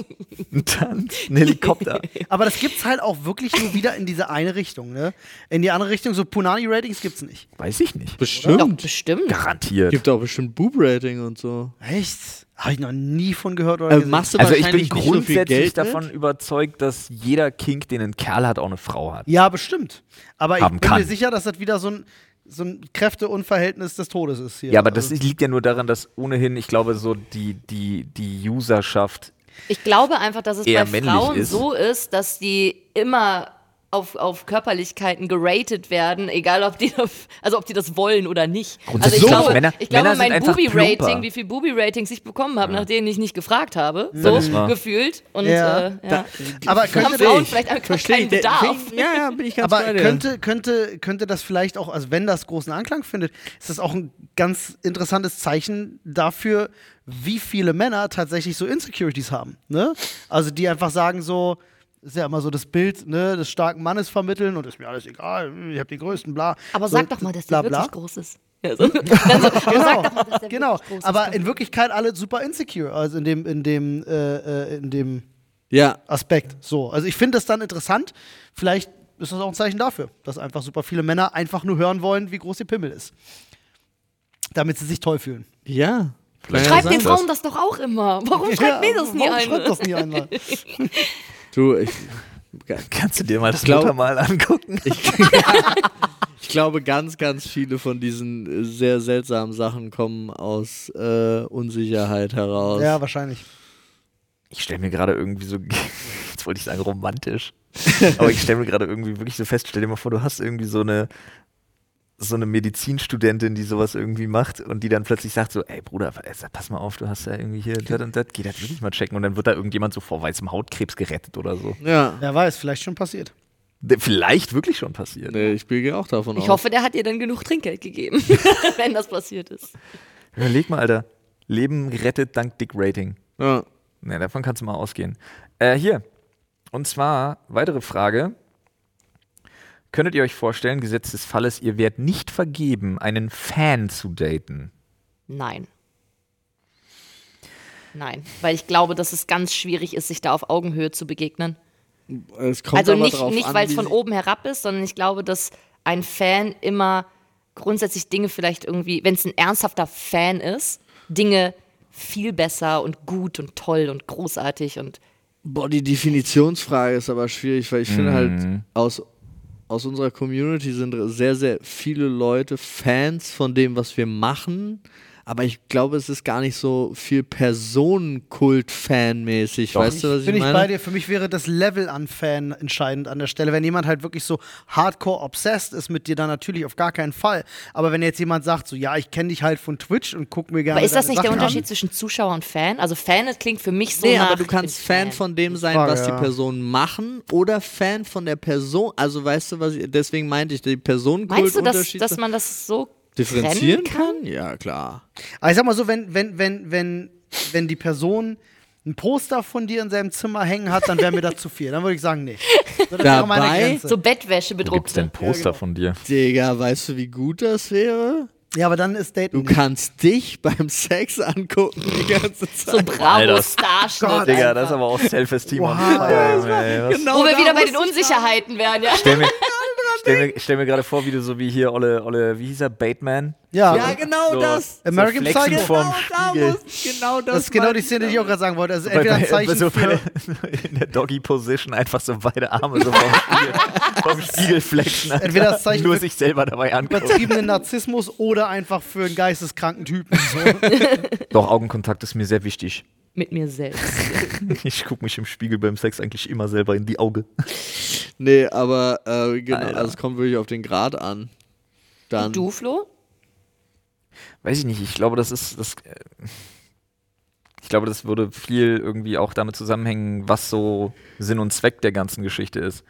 Ein Tanz, ein Helikopter.
aber das gibt's halt auch wirklich nur wieder in diese eine Richtung, ne? In die andere Richtung, so Punani-Ratings gibt's nicht.
Weiß ich nicht.
Doch,
Bestimmt.
bestimmt.
Garantiert.
Gibt auch bestimmt Boob-Rating und so.
Echt? Habe ich noch nie von gehört oder
Äh,
gesehen.
machst du
Also ich bin
wahrscheinlich nicht so viel
grundsätzlich
Geld
davon
Mit?
überzeugt, dass jeder Kink, den ein Kerl hat, auch eine Frau hat.
Ja, bestimmt. Aber ich
Haben
bin
kann.
mir sicher, dass das wieder so ein, so ein Kräfteunverhältnis des Todes ist hier.
Ja, aber das
Also,
ist- liegt ja nur daran, dass ohnehin, ich glaube, so die, die, die Userschaft.
Ich glaube einfach, dass es
Eher
bei
männlich
Frauen
ist.
so ist, dass die immer auf, auf Körperlichkeiten geratet werden, egal ob die, das- also ob die das wollen oder nicht. Also ich
Grundsätzlich
glaube,
so. Männer-
ich glaube
Männer sind
mein
einfach
Booby-Rating,
plumper.
wie viel Booby-Ratings ich bekommen habe, nach denen ich nicht gefragt habe,
Das
so
ist wahr.
gefühlt. Und
Ja.
äh, ja.
Da,
aber
haben
könnte,
Frauen vielleicht einfach
Versteh
keinen
ich, der-
Bedarf.
find- Ja, ja, bin ich ganz
aber
bei dir.
könnte, könnte, könnte das vielleicht auch, also wenn das großen Anklang findet, ist das auch ein ganz interessantes Zeichen dafür, wie viele Männer tatsächlich so Insecurities haben. Ne? Also die einfach sagen so, ist ja immer so das Bild ne, des starken Mannes vermitteln und ist mir alles egal, ich habe die größten, bla.
Aber
so,
sag doch mal, dass der
bla,
wirklich
bla.
groß ist. Ja, so. Dann so, aber sag doch mal, dass der
Genau,
wirklich groß ist.
aber in Wirklichkeit alle super insecure, also in dem, in dem, äh, äh, in dem
ja,
Aspekt. So, also ich finde das dann interessant. Vielleicht ist das auch ein Zeichen dafür, dass einfach super viele Männer einfach nur hören wollen, wie groß ihr Pimmel ist. Damit sie sich toll fühlen.
ja.
Vielleicht
Kann ja
Schreibt den
sein.
das-
Frauen das doch auch immer. Warum schreibt mir das nie
warum
ein?
schreibt das nie einmal?
Du, ich,
Kannst du dir mal das
glaub-
Muttermal angucken?
ich glaube, ganz, ganz viele von diesen äh, sehr seltsamen Sachen kommen aus äh, Unsicherheit heraus.
ja, wahrscheinlich.
Ich stelle mir gerade irgendwie so, jetzt wollte ich sagen romantisch, aber ich stelle mir gerade irgendwie wirklich so fest, stell dir mal vor, du hast irgendwie so eine, so eine Medizinstudentin, die sowas irgendwie macht und die dann plötzlich sagt so, ey Bruder, äh, pass mal auf, du hast ja irgendwie hier das und das, geh das wirklich mal checken und dann wird da irgendjemand so vor weißem Hautkrebs gerettet oder so.
ja.
Wer weiß, vielleicht schon passiert.
Der Vielleicht wirklich schon passiert.
Nee, ich gehe auch davon aus.
Ich hoffe, der hat ihr dann genug Trinkgeld gegeben, wenn das passiert ist.
Überleg mal, Alter, Leben gerettet dank Dick Rating.
Ja.
Ne, davon kannst du mal ausgehen. Äh, hier. Und zwar, weitere Frage. Könntet ihr euch vorstellen, Gesetz des Falles, ihr wärt nicht vergeben, einen Fan zu daten?
Nein. Nein, weil ich glaube, dass es ganz schwierig ist, sich da auf Augenhöhe zu begegnen.
Es kommt
also
aber
nicht,
drauf
nicht
an,
weil es
wie
von
sie-
oben herab ist, sondern ich glaube, dass ein Fan immer grundsätzlich Dinge vielleicht irgendwie, wenn es ein ernsthafter Fan ist, Dinge viel besser und gut und toll und großartig und
Boah, die Definitionsfrage ist aber schwierig, weil ich finde halt, aus, aus unserer Community sind sehr, sehr viele Leute Fans von dem, was wir machen. Aber ich glaube, es ist gar nicht so viel Personenkult-Fanmäßig. Weißt du, was
Bin
Also ich
ich
meine?
bei dir. Für mich wäre das Level an Fan entscheidend an der Stelle. Wenn jemand halt wirklich so hardcore obsessed ist mit dir, dann natürlich auf gar keinen Fall. Aber wenn jetzt jemand sagt, so, ja, ich kenne dich halt von Twitch und guck mir gerne.
Aber ist das
deine
nicht der
Sachen
Unterschied
An.
zwischen Zuschauer und Fan? Also Fan das klingt für mich so
Nee,
nach,
aber du
ich
kannst
bin
Fan von dem sein,
Frage,
was die
ja.
Personen machen oder Fan von der Person. Also weißt du, was ich, deswegen meinte ich, die Personenkult
Meinst du, dass, dass man das so
differenzieren
trennen kann?
kann? Ja, klar.
Aber ich sag mal so, wenn, wenn, wenn, wenn, wenn die Person ein Poster von dir in seinem Zimmer hängen hat, dann wäre mir das zu viel. Dann würde ich sagen, nee. So, das wäre meine
Dabei-
Grenze.
So Bettwäsche
Gibt's denn
genau.
bedruckte.
Poster von dir?
Digga, weißt du, wie gut das wäre?
ja, aber dann ist
Du
Daten.
kannst dich beim Sex angucken die ganze Zeit.
So bravo
Alter.
Starschnitt.
Digga, das ist aber auch Self-Esteem
Wow.
on fire, ey. Was-
genau
Wo wir
da
wieder bei
muss
den
ich-
Unsicherheiten wären, ja.
Stell mir, stell mir, stell mir gerade vor, wie du so wie hier Olle, Olle wie hieß er, Bateman?
Ja,
Ja, genau
so,
das. Genau
So
American
flexen
Psycho.
vorm
da
Spiegel.
muss- genau das.
das ist genau
meinte
die Szene, die ich auch gerade sagen wollte. Also
Bei-
entweder ein
bei-
Zeichen
so
für.
beide- in der Doggy Position einfach so beide Arme so vom Spiegel, vom Spiegel flexen. Alter.
Entweder das Zeichen
nur
für-
sich selber dabei angucken.
Übertriebenen Narzissmus oder einfach für einen geisteskranken Typen. So.
Doch Augenkontakt ist mir sehr wichtig.
Mit mir selbst.
Ich gucke mich im Spiegel beim Sex eigentlich immer selber in die Augen.
ich. Nee, aber äh, genau,
Alter.
also es kommt wirklich auf den Grad an. Dann
Du, Flo?
Weiß ich nicht, ich glaube, das ist das äh, ich glaube, das würde viel irgendwie auch damit zusammenhängen, was so Sinn und Zweck der ganzen Geschichte ist.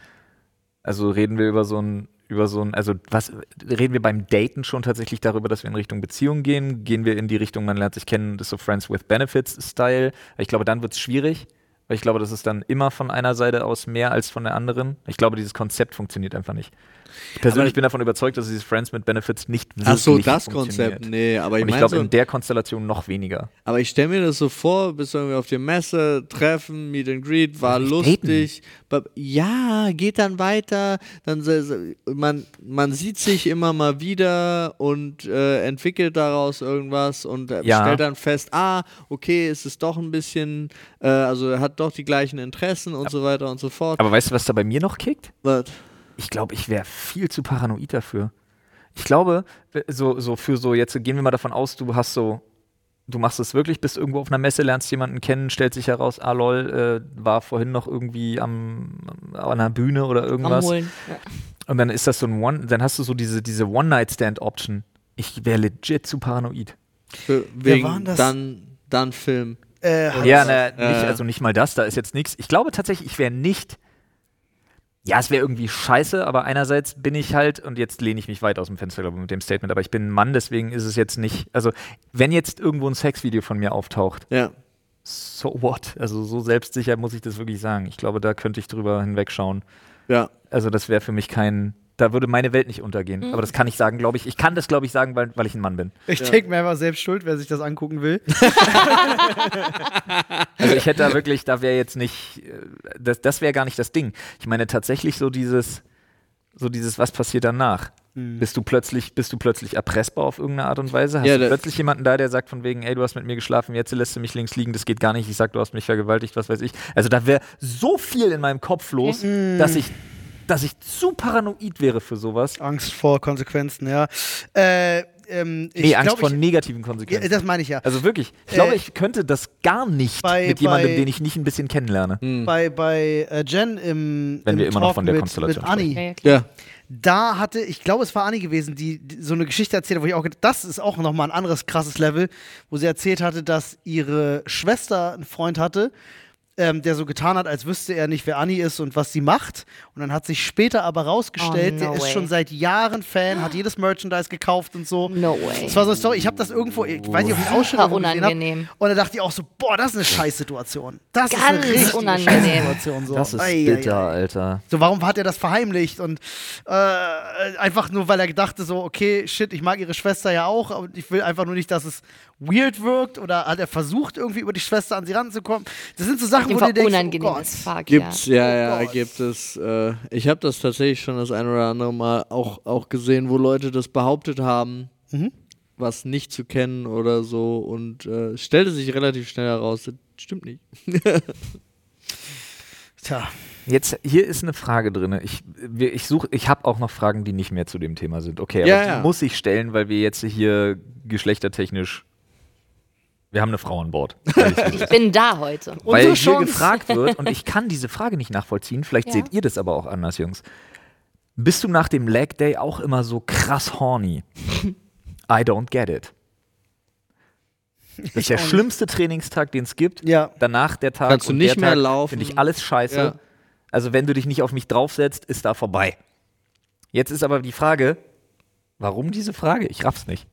Also reden wir über so ein über so ein also was reden wir beim Daten schon tatsächlich darüber, dass wir in Richtung Beziehung gehen, gehen wir in die Richtung man lernt sich kennen, das ist so Friends with Benefits Style. Ich glaube, dann wird es schwierig. Weil ich glaube, das ist dann immer von einer Seite aus mehr als von der anderen. Ich glaube, dieses Konzept funktioniert einfach nicht. Ich persönlich bin davon überzeugt, dass dieses Friends mit Benefits nicht wirklich
Ach so, das
funktioniert.
Konzept. Nee, aber ich
Und ich
meine
glaube,
so,
in der Konstellation noch weniger.
aber ich stelle mir das so vor, bist du irgendwie auf der Messe, Treffen, Meet and Greet, war lustig. Ba- Ja, geht dann weiter, dann se- se- man man sieht sich immer mal wieder und äh, entwickelt daraus irgendwas und äh,
Ja.
stellt dann fest, ah, okay, es ist doch ein bisschen äh, also er hat doch die gleichen Interessen und so weiter und so fort.
Aber weißt du, was da bei mir noch kickt?
Aber
Ich glaube, ich wäre viel zu paranoid dafür. Ich glaube, äh, so, so für so, jetzt gehen wir mal davon aus, du hast so, du machst es wirklich, bist irgendwo auf einer Messe, lernst jemanden kennen, stellt sich heraus, ah lol, äh, war vorhin noch irgendwie am, an einer Bühne oder
Am
irgendwas.
Holen. Ja.
Und dann ist das so ein One, dann hast du so diese, diese One-Night-Stand-Option. Ich wäre legit zu paranoid.
Für, wegen
waren das?
dann dann Film.
Äh,
Ja, na,
Ja,
nicht,
ja.
also nicht mal das, da ist jetzt nichts. Ich glaube tatsächlich, ich wäre nicht. Ja, es wäre irgendwie scheiße, aber einerseits bin ich halt, und jetzt lehne ich mich weit aus dem Fenster, glaube ich, mit dem Statement, aber ich bin ein Mann, deswegen ist es jetzt nicht. Also, wenn jetzt irgendwo ein Sexvideo von mir auftaucht,
Ja.
so what? Also, so selbstsicher muss ich das wirklich sagen. Ich glaube, da könnte ich drüber hinwegschauen.
Ja.
Also, das wäre für mich kein. Da würde meine Welt nicht untergehen. Aber das kann ich sagen, glaube ich. Ich kann das, glaube ich, sagen, weil, weil ich ein Mann bin.
Ich denke mir einfach selbst schuld, wer sich das angucken will.
Also ich hätte da wirklich, da wäre jetzt nicht, äh, das, das wäre gar nicht das Ding. Ich meine tatsächlich so dieses, so dieses, was passiert danach?
Mhm.
Bist du plötzlich, bist du plötzlich erpressbar auf irgendeine Art und Weise? Hast
Ja,
du
da-
plötzlich jemanden da, der sagt von wegen, ey, du hast mit mir geschlafen, jetzt lässt du mich links liegen, das geht gar nicht, ich sag, du hast mich vergewaltigt, was weiß ich. Also da wäre so viel in meinem Kopf los,
Mhm.
dass ich, dass ich zu paranoid wäre für sowas.
Angst vor Konsequenzen, ja. Äh, ähm, ich
Nee, Angst
glaub,
vor
ich,
negativen
ja,
Konsequenzen.
Das meine ich ja.
also wirklich, ich glaube,
Äh,
ich könnte das gar nicht
bei-
mit jemandem,
bei-
den ich nicht ein bisschen kennenlerne.
bei bei äh, Jen im,
Ähm. Wenn
im
wir immer noch
Talk
von der
mit,
Konstellation
mit Anni,
Ja, ja, klar.
Ja.
da hatte, ich glaube, es war Anni gewesen, die, die so eine Geschichte erzählt hat, wo ich auch gedacht das ist auch nochmal ein anderes krasses Level, wo sie erzählt hatte, dass ihre Schwester einen Freund hatte, ähm, der so getan hat, als wüsste er nicht, wer Annie ist und was sie macht. Und dann hat sich später aber rausgestellt,
Oh, no
der ist
way.
schon seit Jahren Fan, hat jedes Merchandise gekauft und so.
No way.
Das war so eine Story. Ich habe das irgendwo, ich weiß nicht, ob ich einen Ausschnitt
Super
irgendwo gesehen hab.
unangenehm.
Und da dachte ich auch so, boah, das ist eine Scheißsituation. Das ist eine
Ganz
richtige
unangenehm.
Scheißsituation. So.
Das ist
Ei, ei,
bitter,
ei.
Alter.
So, warum hat er das verheimlicht? Und äh, einfach nur, weil er dachte so, okay, shit, ich mag ihre Schwester ja auch und ich will einfach nur nicht, dass es weird wirkt. Oder hat er versucht, irgendwie über die Schwester an sie ranzukommen? Das sind so Sachen, wo
Auf
du
jeden Fall
denkst,
unangenehm
oh Gott.
as fuck,
Gibt's,
ja.
ja, ja,
Oh Gott.
gibt es. Äh, ich habe das tatsächlich schon das ein oder andere Mal auch, auch gesehen, wo Leute das behauptet haben, was nicht zu kennen oder so. Und äh, es stellte sich relativ schnell heraus, das stimmt nicht.
Tja,
Jetzt, hier ist eine Frage drin. Ich, wir- ich, such- ich habe auch noch Fragen, die nicht mehr zu dem Thema sind. Okay, aber
Ja,
die
ja.
muss ich stellen, weil wir jetzt hier geschlechtertechnisch. Wir haben eine Frau an Bord.
Ich bin da heute.
Weil
Unsere
hier
Chance.
gefragt wird, und ich kann diese Frage nicht nachvollziehen, vielleicht
Ja.
seht ihr das aber auch anders, Jungs. Bist du nach dem Leg Day auch immer so krass horny? I don't get it. Das ist der schlimmste Trainingstag, den es gibt.
Ja.
Danach der Tag.
Kannst du
und
nicht
der
mehr
Tag
laufen.
Finde ich alles scheiße.
Ja.
Also, wenn du dich nicht auf mich draufsetzt, ist da vorbei. Jetzt ist aber die Frage, warum diese Frage? Ich raff's nicht.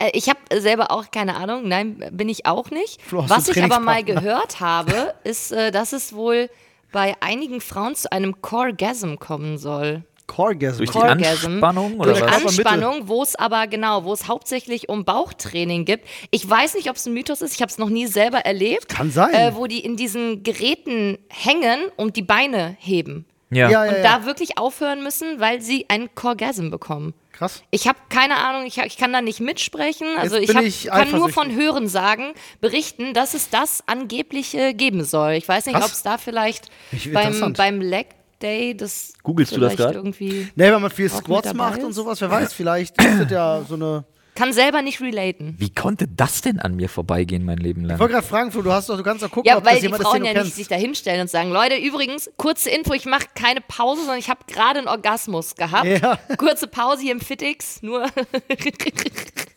Äh, Ich habe selber auch keine Ahnung. Nein, bin ich auch nicht.
Flo, hast
Was
du
ich aber mal
Trainingspartner?
gehört habe, ist, äh, dass es wohl bei einigen Frauen zu einem Corgasm kommen soll.
Corgasm.
Durch die
Cor
Orgasm.
Anspannung oder
durch
was?
Körpermitte.
Anspannung, wo es aber genau, wo es hauptsächlich um Bauchtraining gibt. Ich weiß nicht, ob es ein Mythos ist. Ich habe es noch nie selber erlebt.
Kann sein.
Äh, wo die in diesen Geräten hängen und die Beine heben
ja, ja,
und
ja.
da wirklich aufhören müssen, weil sie einen Corgasm bekommen.
Krass.
Ich habe keine Ahnung, ich, ich kann da nicht mitsprechen. Also
Jetzt
ich,
bin
hab,
ich
kann nur von
eifersüchtig.
Hören sagen, berichten, dass es das angeblich äh, geben soll. Ich weiß nicht,
Krass.
ob es da vielleicht
Ich-
beim,
interessant.
beim Leg Day das
Googlest du das
vielleicht
grad?
irgendwie.
Nee, wenn man viel
Auch mit
Squats
dabei
macht
ist?
und sowas, wer weiß, vielleicht ist das ja so eine.
Kann selber nicht relaten.
Wie konnte das denn an mir vorbeigehen, mein Leben lang?
Ich wollte gerade fragen, Flo, du hast doch, du kannst doch gucken,
Ja,
ob
weil
das
die
jemand ist, den
Frauen
du
ja nicht
kennst.
sich da hinstellen und sagen, Leute, übrigens, kurze Info, ich mache keine Pause, sondern ich habe gerade einen Orgasmus gehabt.
Ja.
Kurze Pause hier im Fitix, nur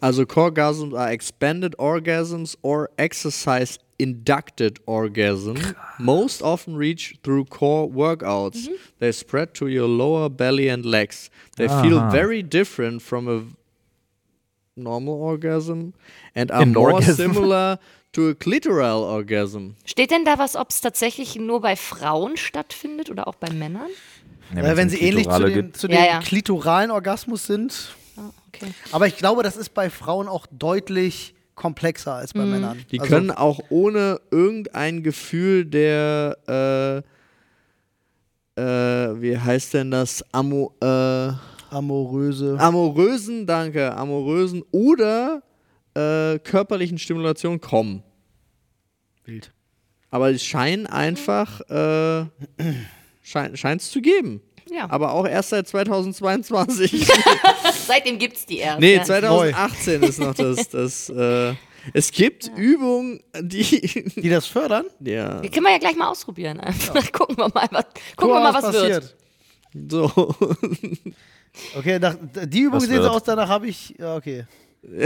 Also Corgasms are expanded orgasms or exercise inducted orgasm. Most often reach through core workouts.
Mm-hmm.
They spread to your lower belly and legs. They
Uh-huh.
feel very different from a normal orgasm and are
An
more
orgasm.
similar to a clitoral orgasm.
Steht denn da was, ob es tatsächlich nur bei Frauen stattfindet oder auch bei Männern?
Ja,
Äh, wenn
wenn's
sie
ein
ähnlich zu
Klitorale
dem,
gibt.
zu
Ja,
dem
ja.
klitoralen Orgasmus sind.
Ah, okay.
Aber ich glaube, das ist bei Frauen auch deutlich komplexer als bei Männern.
Die
Also,
können auch ohne irgendein Gefühl der, äh, äh, wie heißt denn das, Amo, äh,
amoröse.
amorösen, danke, amorösen oder äh, körperlichen Stimulation kommen.
Bild.
Aber es scheinen einfach, äh, scheint es zu geben.
Ja.
Aber auch erst seit 2022.
Seitdem gibt es die erst.
nee,
ja.
2018 ist noch das. das äh, es gibt Übungen, die.
Die das fördern?
ja,
Die können wir ja gleich mal ausprobieren. Einfach. Gucken wir mal, was, gucken wir
Guck
mal, was wird.
so.
Okay, nach, die Übung
Was
sehen so
wird?
aus, danach habe ich. Ja, okay.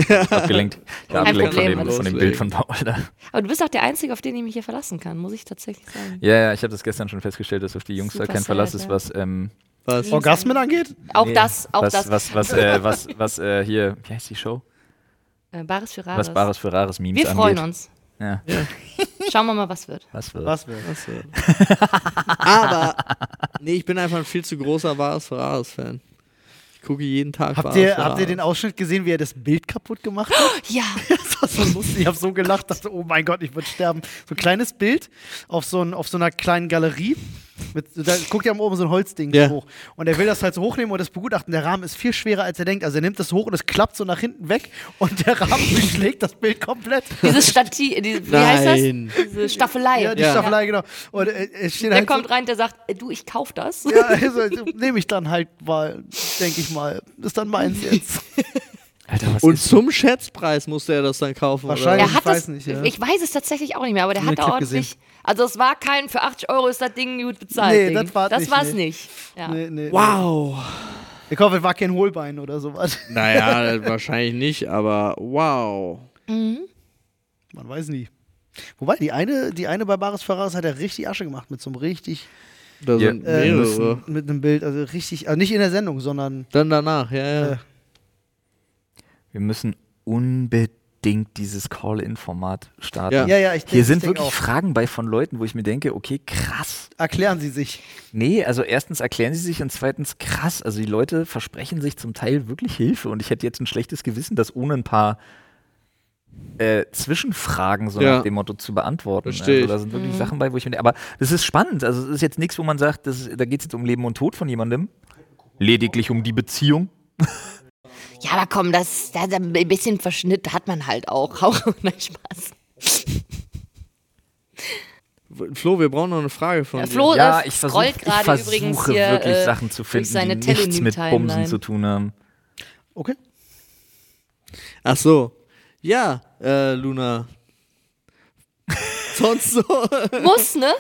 abgelenkt. Ich war
Kein
abgelenkt von
Problem,
dem,
alles
von dem
gut.
Bild von Paul. da.
Aber du bist auch der Einzige, auf den ich mich hier verlassen kann, muss ich tatsächlich sagen.
Ja, ja, ich habe das gestern schon festgestellt, dass auf die Jungs da
Super
kein
sad,
Verlass ist,
ja.
was. Ähm,
Was?
Orgasmen angeht?
Auch
nee,
das, auch
was,
das.
Was, was, äh, was, was äh, hier, wie heißt die Show?
Äh, Bares für Rares.
Was Bares für Rares Memes
wir freuen
angeht.
uns.
Ja,
Schauen wir mal, was wird.
was wird.
Was wird?
Was denn? Aber, nee, ich bin einfach ein viel zu großer Wahres Ferraris Fan. Ich gucke jeden Tag
Habt
Wahres
ihr, habt ihr
Ferraris.
den Ausschnitt gesehen, wie er das Bild kaputt gemacht hat?
Ja,
Das war so lustig. Ich habe so gelacht, dachte, oh mein Gott, ich würde sterben. So ein kleines Bild auf so, ein, auf so einer kleinen Galerie. Mit, da guckt ja oben so ein Holzding
Ja.
hoch. Und er will das halt so hochnehmen und das begutachten. Der Rahmen ist viel schwerer, als er denkt. Also er nimmt das hoch und es klappt so nach hinten weg und der Rahmen durchschlägt das Bild komplett.
dieses Stativ, diese, wie
Nein.
heißt das? Diese Staffelei.
Ja, die
Ja.
Staffelei, genau. Und äh, es steht
Der
halt
kommt rein, der sagt, äh, du, ich kauf das.
so, ja, also, also, nehme ich dann halt mal, denke ich mal. Ist dann meins jetzt.
Alter, was
Und
ist
zum Schätzpreis musste er das dann kaufen.
Wahrscheinlich.
Oder?
Er hat
Ich weiß
das,
nicht, ja.
ich weiß es tatsächlich auch nicht mehr, aber der
Nur
hat
den
da
Clip
ordentlich. Also es war kein für 80 Euro ist das Ding gut bezahlt.
Nee,
Ding.
das war
das
nicht,
war's
nee.
nicht. Ja.
Nee, nee.
Wow.
Ich hoffe, es war kein Hohlbein oder sowas.
Naja, wahrscheinlich nicht, aber wow.
Man weiß nie. Wobei, die eine, die eine bei Baris Ferraris hat ja richtig Asche gemacht mit so einem richtig,
Da
Ja,
sind
äh,
mehrere.
mit einem Bild, also richtig, also nicht in der Sendung, sondern
Dann danach, ja, ja.
Äh.
Wir müssen unbedingt dieses Call-In-Format starten.
Ja.
Ja, ja, ich denk-
Hier
ich
sind
denk
wirklich
auch.
Fragen bei von Leuten, wo ich mir denke, okay, krass.
erklären sie sich.
Nee, also erstens erklären sie sich und zweitens krass. Also die Leute versprechen sich zum Teil wirklich Hilfe und ich hätte jetzt ein schlechtes Gewissen, das ohne ein paar äh, Zwischenfragen so
Ja.
nach dem Motto zu beantworten.
Versteh
Also
ich.
da sind
Mhm.
wirklich Sachen bei, wo ich mir denke, aber das ist spannend. Also es ist jetzt nichts, wo man sagt, das ist, da geht es jetzt um Leben und Tod von jemandem. Lediglich um die Beziehung.
Ja, aber komm, das, da, da, ein bisschen Verschnitt hat man halt auch. Hauch nein, Spaß.
Flo, wir brauchen noch eine Frage von
Ja,
dir.
Flo
Ja,
äh,
ich versuch-
scrollt
ich
gerade übrigens
versuche
hier
wirklich
äh,
Sachen zu
durch
finden,
seine
die nichts mit Bumsen
Telenym-Timeline.
zu tun haben.
Okay.
Ach so. Ja, äh, Luna. Sonst so.
Muss, ne?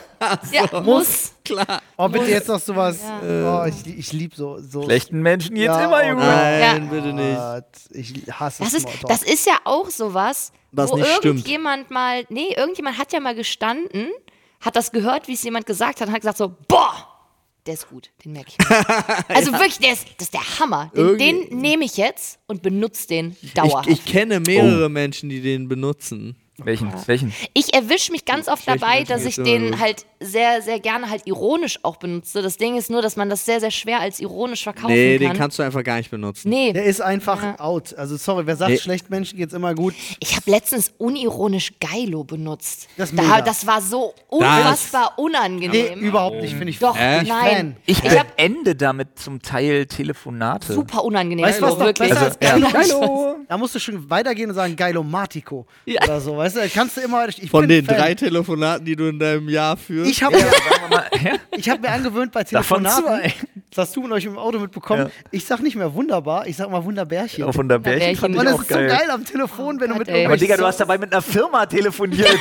Ja, muss.
Klar.
Oh, bitte jetzt noch sowas.
Ja.
Oh, ich, ich liebe so, so.
Schlechten Menschen geht's
Ja,
immer
oh
gut.
nein.
Nein,
Ja.
bitte nicht.
Gott, Ich hasse
Das ist,
Smalltalk.
das ist ja auch sowas,
Was
wo
nicht stimmt.
irgendjemand mal, nee, irgendjemand hat ja mal gestanden, hat das gehört, wie es jemand gesagt hat, und hat gesagt so, boah, der ist gut, den merke ich mir. Also wirklich, der ist, das ist der Hammer. Den,
Irgend-
den nehme ich jetzt und benutze den dauerhaft.
Ich, ich kenne mehrere Menschen, die den benutzen.
Welchen? Welchen?
Ich erwische mich ganz oft
Schlechten
dabei,
Menschen
dass ich
geht's immer
den
gut.
halt sehr, sehr gerne halt ironisch auch benutze. Das Ding ist nur, dass man das sehr, sehr schwer als ironisch verkaufen
Nee,
kann.
den kannst du einfach gar nicht benutzen.
nee,
Der ist einfach out. Also, sorry, wer sagt,
Nee.
schlecht Menschen geht's immer gut?
ich habe letztens unironisch Geilo benutzt.
Das ist
da,
mega.
das war so unfassbar unangenehm.
Nee, überhaupt nicht, finde ich.
Doch,
Äh?
Ich
nein.
Fan.
Ich,
Ich hab-
beende damit zum Teil Telefonate.
Super unangenehm.
Weißt du, was
Geilo,
noch
wirklich.
besser als
Also,
Geilo?
ja. Geilo.
Da musst du schon weitergehen und sagen, Geilomatico. Oder so, weißt du? da Kannst du immer. Ich
Von
bin
den
Fan.
drei Telefonaten, die du in deinem Jahr führst.
Ich habe mir,
Sagen wir mal, ja.
ich hab mir angewöhnt bei
Davon
Telefonaten,
zwei.
das hast du mit euch im Auto mitbekommen,
Ja.
ich sag nicht mehr wunderbar, ich sag mal Wunderbärchen.
Auf Wunderbärchen
Wunderbärchen.
fand ich
Und das
auch
ist so
geil.
geil am Telefon, wenn du
Gott,
mit
ey.
Aber
Aber
Digga,
irgendwelchen
du hast dabei mit einer Firma telefoniert.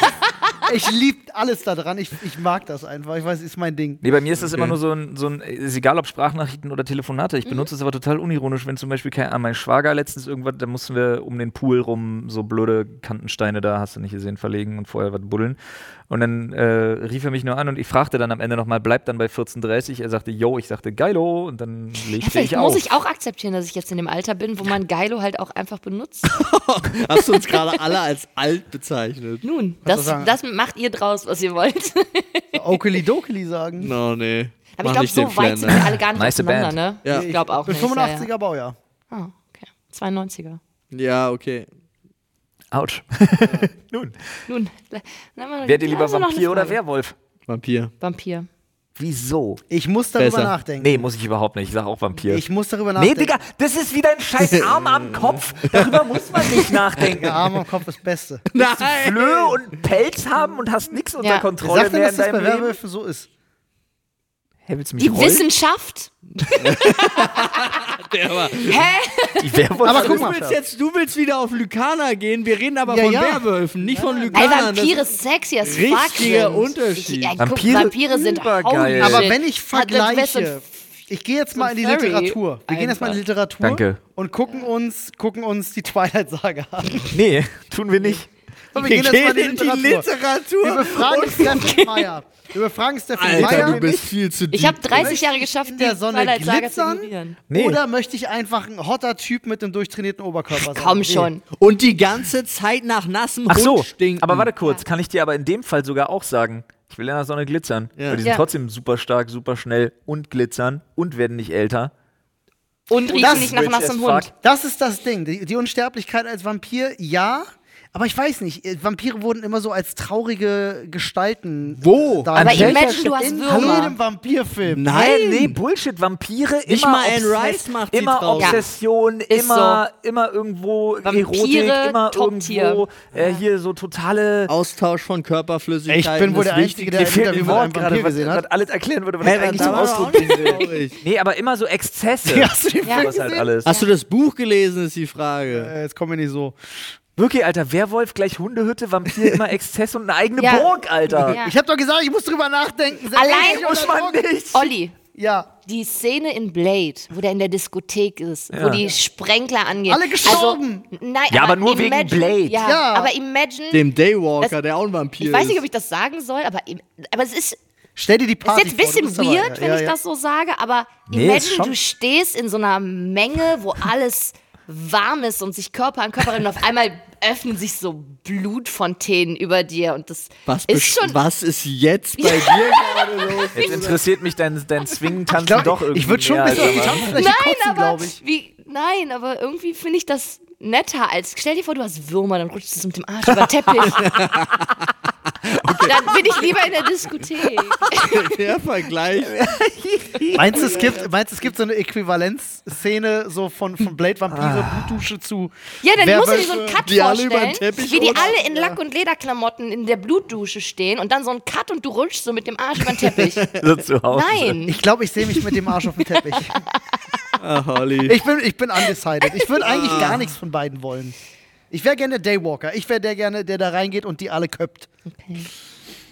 Ich lieb alles da dran. Ich, ich mag das einfach. Ich weiß, ist mein Ding.
Nee, bei mir ist das immer nur so ein, so ein, ist egal ob Sprachnachrichten oder Telefonate. Ich benutze es aber total unironisch, wenn zum Beispiel kein, an mein Schwager letztens irgendwas, da mussten wir um den Pool rum so blöde Kantensteine da, hast du nicht gesehen, verlegen und vorher was buddeln. Und dann äh, rief er mich nur an und ich fragte dann am Ende nochmal, bleibt dann bei 14.30 Er sagte, yo, ich sagte, geilo und dann
Ja,
legte
vielleicht
ich
muss
auf.
ich auch akzeptieren, dass ich jetzt in dem Alter bin, wo man Geilo halt auch einfach benutzt.
Hast du uns gerade alle als alt bezeichnet?
Nun, das,
sagen.
das macht ihr draus, was ihr wollt.
Okeli Dokeli sagen.
No, nee.
Aber ich
Mach
glaube,
nicht den
so weit sind wir
Flender.
alle gar nicht
Nice
auseinander,
Band.
ne?
Ja.
Ich glaube auch
bin
nicht.
85er
ja,
Baujahr.
ja. Oh, okay. 92er.
Ja, okay.
Autsch. Nun,
Nun, le- na, mal-
werdet ihr lieber
also noch eine
Vampir oder
Frage.
Werwolf?
Vampir.
Vampir.
Wieso?
Ich muss darüber
Besser.
nachdenken.
Nee, muss ich überhaupt nicht. Ich sag auch Vampir.
Ich muss darüber
nee,
nachdenken.
Digga, das ist wieder ein scheiß Arm am Kopf. Darüber muss man nicht nachdenken.
Der Arm am Kopf ist Beste.
Nein!
Flöhe und Pelz haben und hast nichts unter
Ja.
Kontrolle
Sag denn,
mehr
dass
in
das bei
deinem Leben.
Werwölfen so ist.
Hä, willst du mich
Die
rollen?
Wissenschaft?
Der war.
Hä?
Die Werwolf
Aber
Du
guck mal.
willst jetzt, du willst wieder auf Lykana gehen. Wir reden aber
Ja,
von
ja.
Werwölfen, nicht von
Ey,
Lykanern.
Vampire ist sexy as fuck.
richtiger
sind.
Unterschied.
Ich, ey, guck,
Vampire-
Vampire, sind
Übergeil.
holy
Aber
shit.
wenn ich
Ah, dann wär's so ein
vergleiche, ich gehe jetzt
so
mal
ein
in die
Furry
Literatur. Wir gehen jetzt mal in die
einfach.
Literatur
Danke.
und gucken uns, gucken uns die Twilight Saga an.
Nee, tun wir nicht.
Komm,
Wir gehen in die
Wir
Literatur. Oh,
befragen Steffen Meyer. Wir befragen Steffen
Alter, du
Meyer.
bist viel zu
Ich habe
deep.
30 Jahre geschafft,
in der
die
Sonne
Twilight Saga zu
glitzern?
ignorieren.
Nee.
Oder möchte ich einfach ein hotter Typ mit einem durchtrainierten Oberkörper sein?
Komm schon.
Und die ganze Zeit nach nassem
Ach so,
Hund stinken.
aber warte kurz. Kann ich dir aber in dem Fall sogar auch sagen, ich will in der Sonne glitzern.
Ja.
Weil die sind
Ja.
trotzdem super stark, super schnell und glitzern und werden nicht älter.
Und riechen
das
nicht nach
Rich as
nassem Hund.
fuck.
Das ist das Ding. Die, die Unsterblichkeit als Vampir, ja. Aber ich weiß nicht, äh, Vampire wurden immer so als traurige Gestalten.
Wo?
dargestellt.
Aber imagine,
du hast
In
Würmer.
jedem Vampirfilm.
Hä?
Nein,
nee, Bullshit. Vampire
Nicht
immer
mal Anne
Obsess-
Rice macht die
immer
draus.
Obsession, immer, immer irgendwo
Vampire,
Erotik, immer
Top-Tier.
irgendwo äh, hier so totale.
Austausch von Körperflüssigkeit.
Ich bin wohl der Einzige, der
Mir
ein
fehlt
Interview mit einem
ein Wort
Vampir
gerade, was,
gesehen
was
hat.
alles erklären würde, was
Hey,
ich eigentlich
da
zum
war doch
Ausdruck
auch nicht
bringen will.
traurig.
Nee, aber immer so Exzesse.
Hast du den
Ja.
Film
was halt
gesehen?
alles.
Hast du das Buch gelesen, ist die Frage.
Äh, jetzt kommen wir nicht so.
Wirklich, Alter, Werwolf gleich Hundehütte, Vampir immer Exzess und eine eigene
Ja.
Burg, Alter.
Ja.
Ich hab doch gesagt, ich muss drüber nachdenken. Setz
Allein
dich
Muss
unter
man
Druck.
nicht.
Olli,
Ja.
die Szene in Blade, wo der in der Diskothek ist, wo
Ja.
die Sprenkler angehen.
Alle gestorben!
Also, nein,
Ja, aber nur wegen
imagine,
Blade.
Ja,
Ja.
aber imagine.
Dem Daywalker,
Das-
der auch ein Vampir
ich weiß nicht,
ist.
ob ich das sagen soll, aber, im- aber es ist
Stell dir die Party
ist jetzt
vor,
ein
du
bisschen
bist dabei.
weird, wenn
Ja,
ich
ja.
das so sage, aber
Nee, ist
imagine,
schon-
du stehst in so einer Menge, wo alles warm ist und sich Körper an Körper rennen und auf einmal öffnen sich so Blutfontänen über dir und das
was,
ist
best-
schon
was ist jetzt bei dir gerade los?
Jetzt interessiert mich dein, dein Swing-Tanzen
Ich glaub,
doch
ich-
irgendwie.
ich würde schon
mehr,
ein bisschen auf die
als-
Tanzfläche
Nein,
kotzen,
aber
glaube ich.
wie nein, aber irgendwie finde ich das netter als stell dir vor, du hast Würmer, dann rutschst du mit dem Arsch über den Teppich. Dann bin ich lieber in der Diskothek.
Der Vergleich.
Meinst du, es gibt, meinst, du, es gibt so eine Äquivalenzszene so von, von Blade Vampire, Blutdusche zu.
Ja, dann musst du dir
Werwölfe?
so einen Cut
äh, die alle
vorstellen,
über den Teppich
wie die
rutschen.
alle in Lack- und Lederklamotten in der Blutdusche stehen und dann so ein Cut und du rutschst so mit dem Arsch über den Teppich.
so zu Hause.
Nein.
Ich glaube, ich sehe mich mit dem Arsch auf dem Teppich.
Ah, Holly.
Ich bin, ich bin undecided. Ich würde eigentlich gar nichts von beiden wollen. Ich wäre gerne der Daywalker. Ich wäre der gerne, der da reingeht und die alle köpft.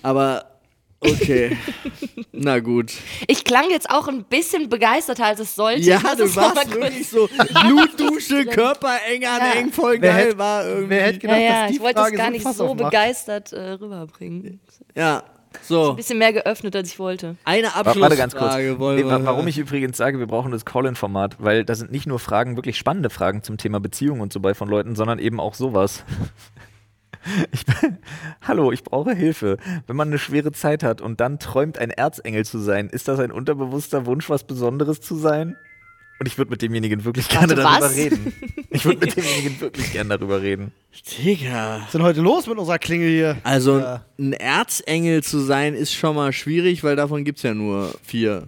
Aber okay. Na gut.
Ich klang jetzt auch ein bisschen begeisterter, als es sollte.
Ja,
Ich muss
du
es noch mal
warst
kurz-
wirklich so Blutdusche, Körper eng an
Ja.
eng, voll
Wer
geil
hätte-
war
Wer hätte
irgendwie.
Ja,
gedacht,
ja,
dass die
ich wollte es
Frage
gar
ein
nicht
Fass
so
aufmacht.
begeistert äh, rüberbringen.
Ja, so.
Ein bisschen mehr geöffnet, als ich wollte.
Eine
Wa-
Abschlussfrage
Warte ganz kurz.
wollen
Nee,
wir.
wa- warum ich übrigens sage, wir brauchen das Call-In-Format, weil da sind nicht nur Fragen, wirklich spannende Fragen zum Thema Beziehung und so bei von Leuten, sondern eben auch sowas. Ich bin, Hallo, ich brauche Hilfe. Wenn man eine schwere Zeit hat und dann träumt, ein Erzengel zu sein, ist das ein unterbewusster Wunsch, was Besonderes zu sein? Und ich würde mit demjenigen wirklich gerne
Warte,
darüber
was?
reden. Ich würde mit demjenigen wirklich gerne darüber reden.
Digga.
Was ist denn heute los mit unserer Klinge hier?
Also
Ja.
ein Erzengel zu sein ist schon mal schwierig, weil davon gibt's ja nur vier.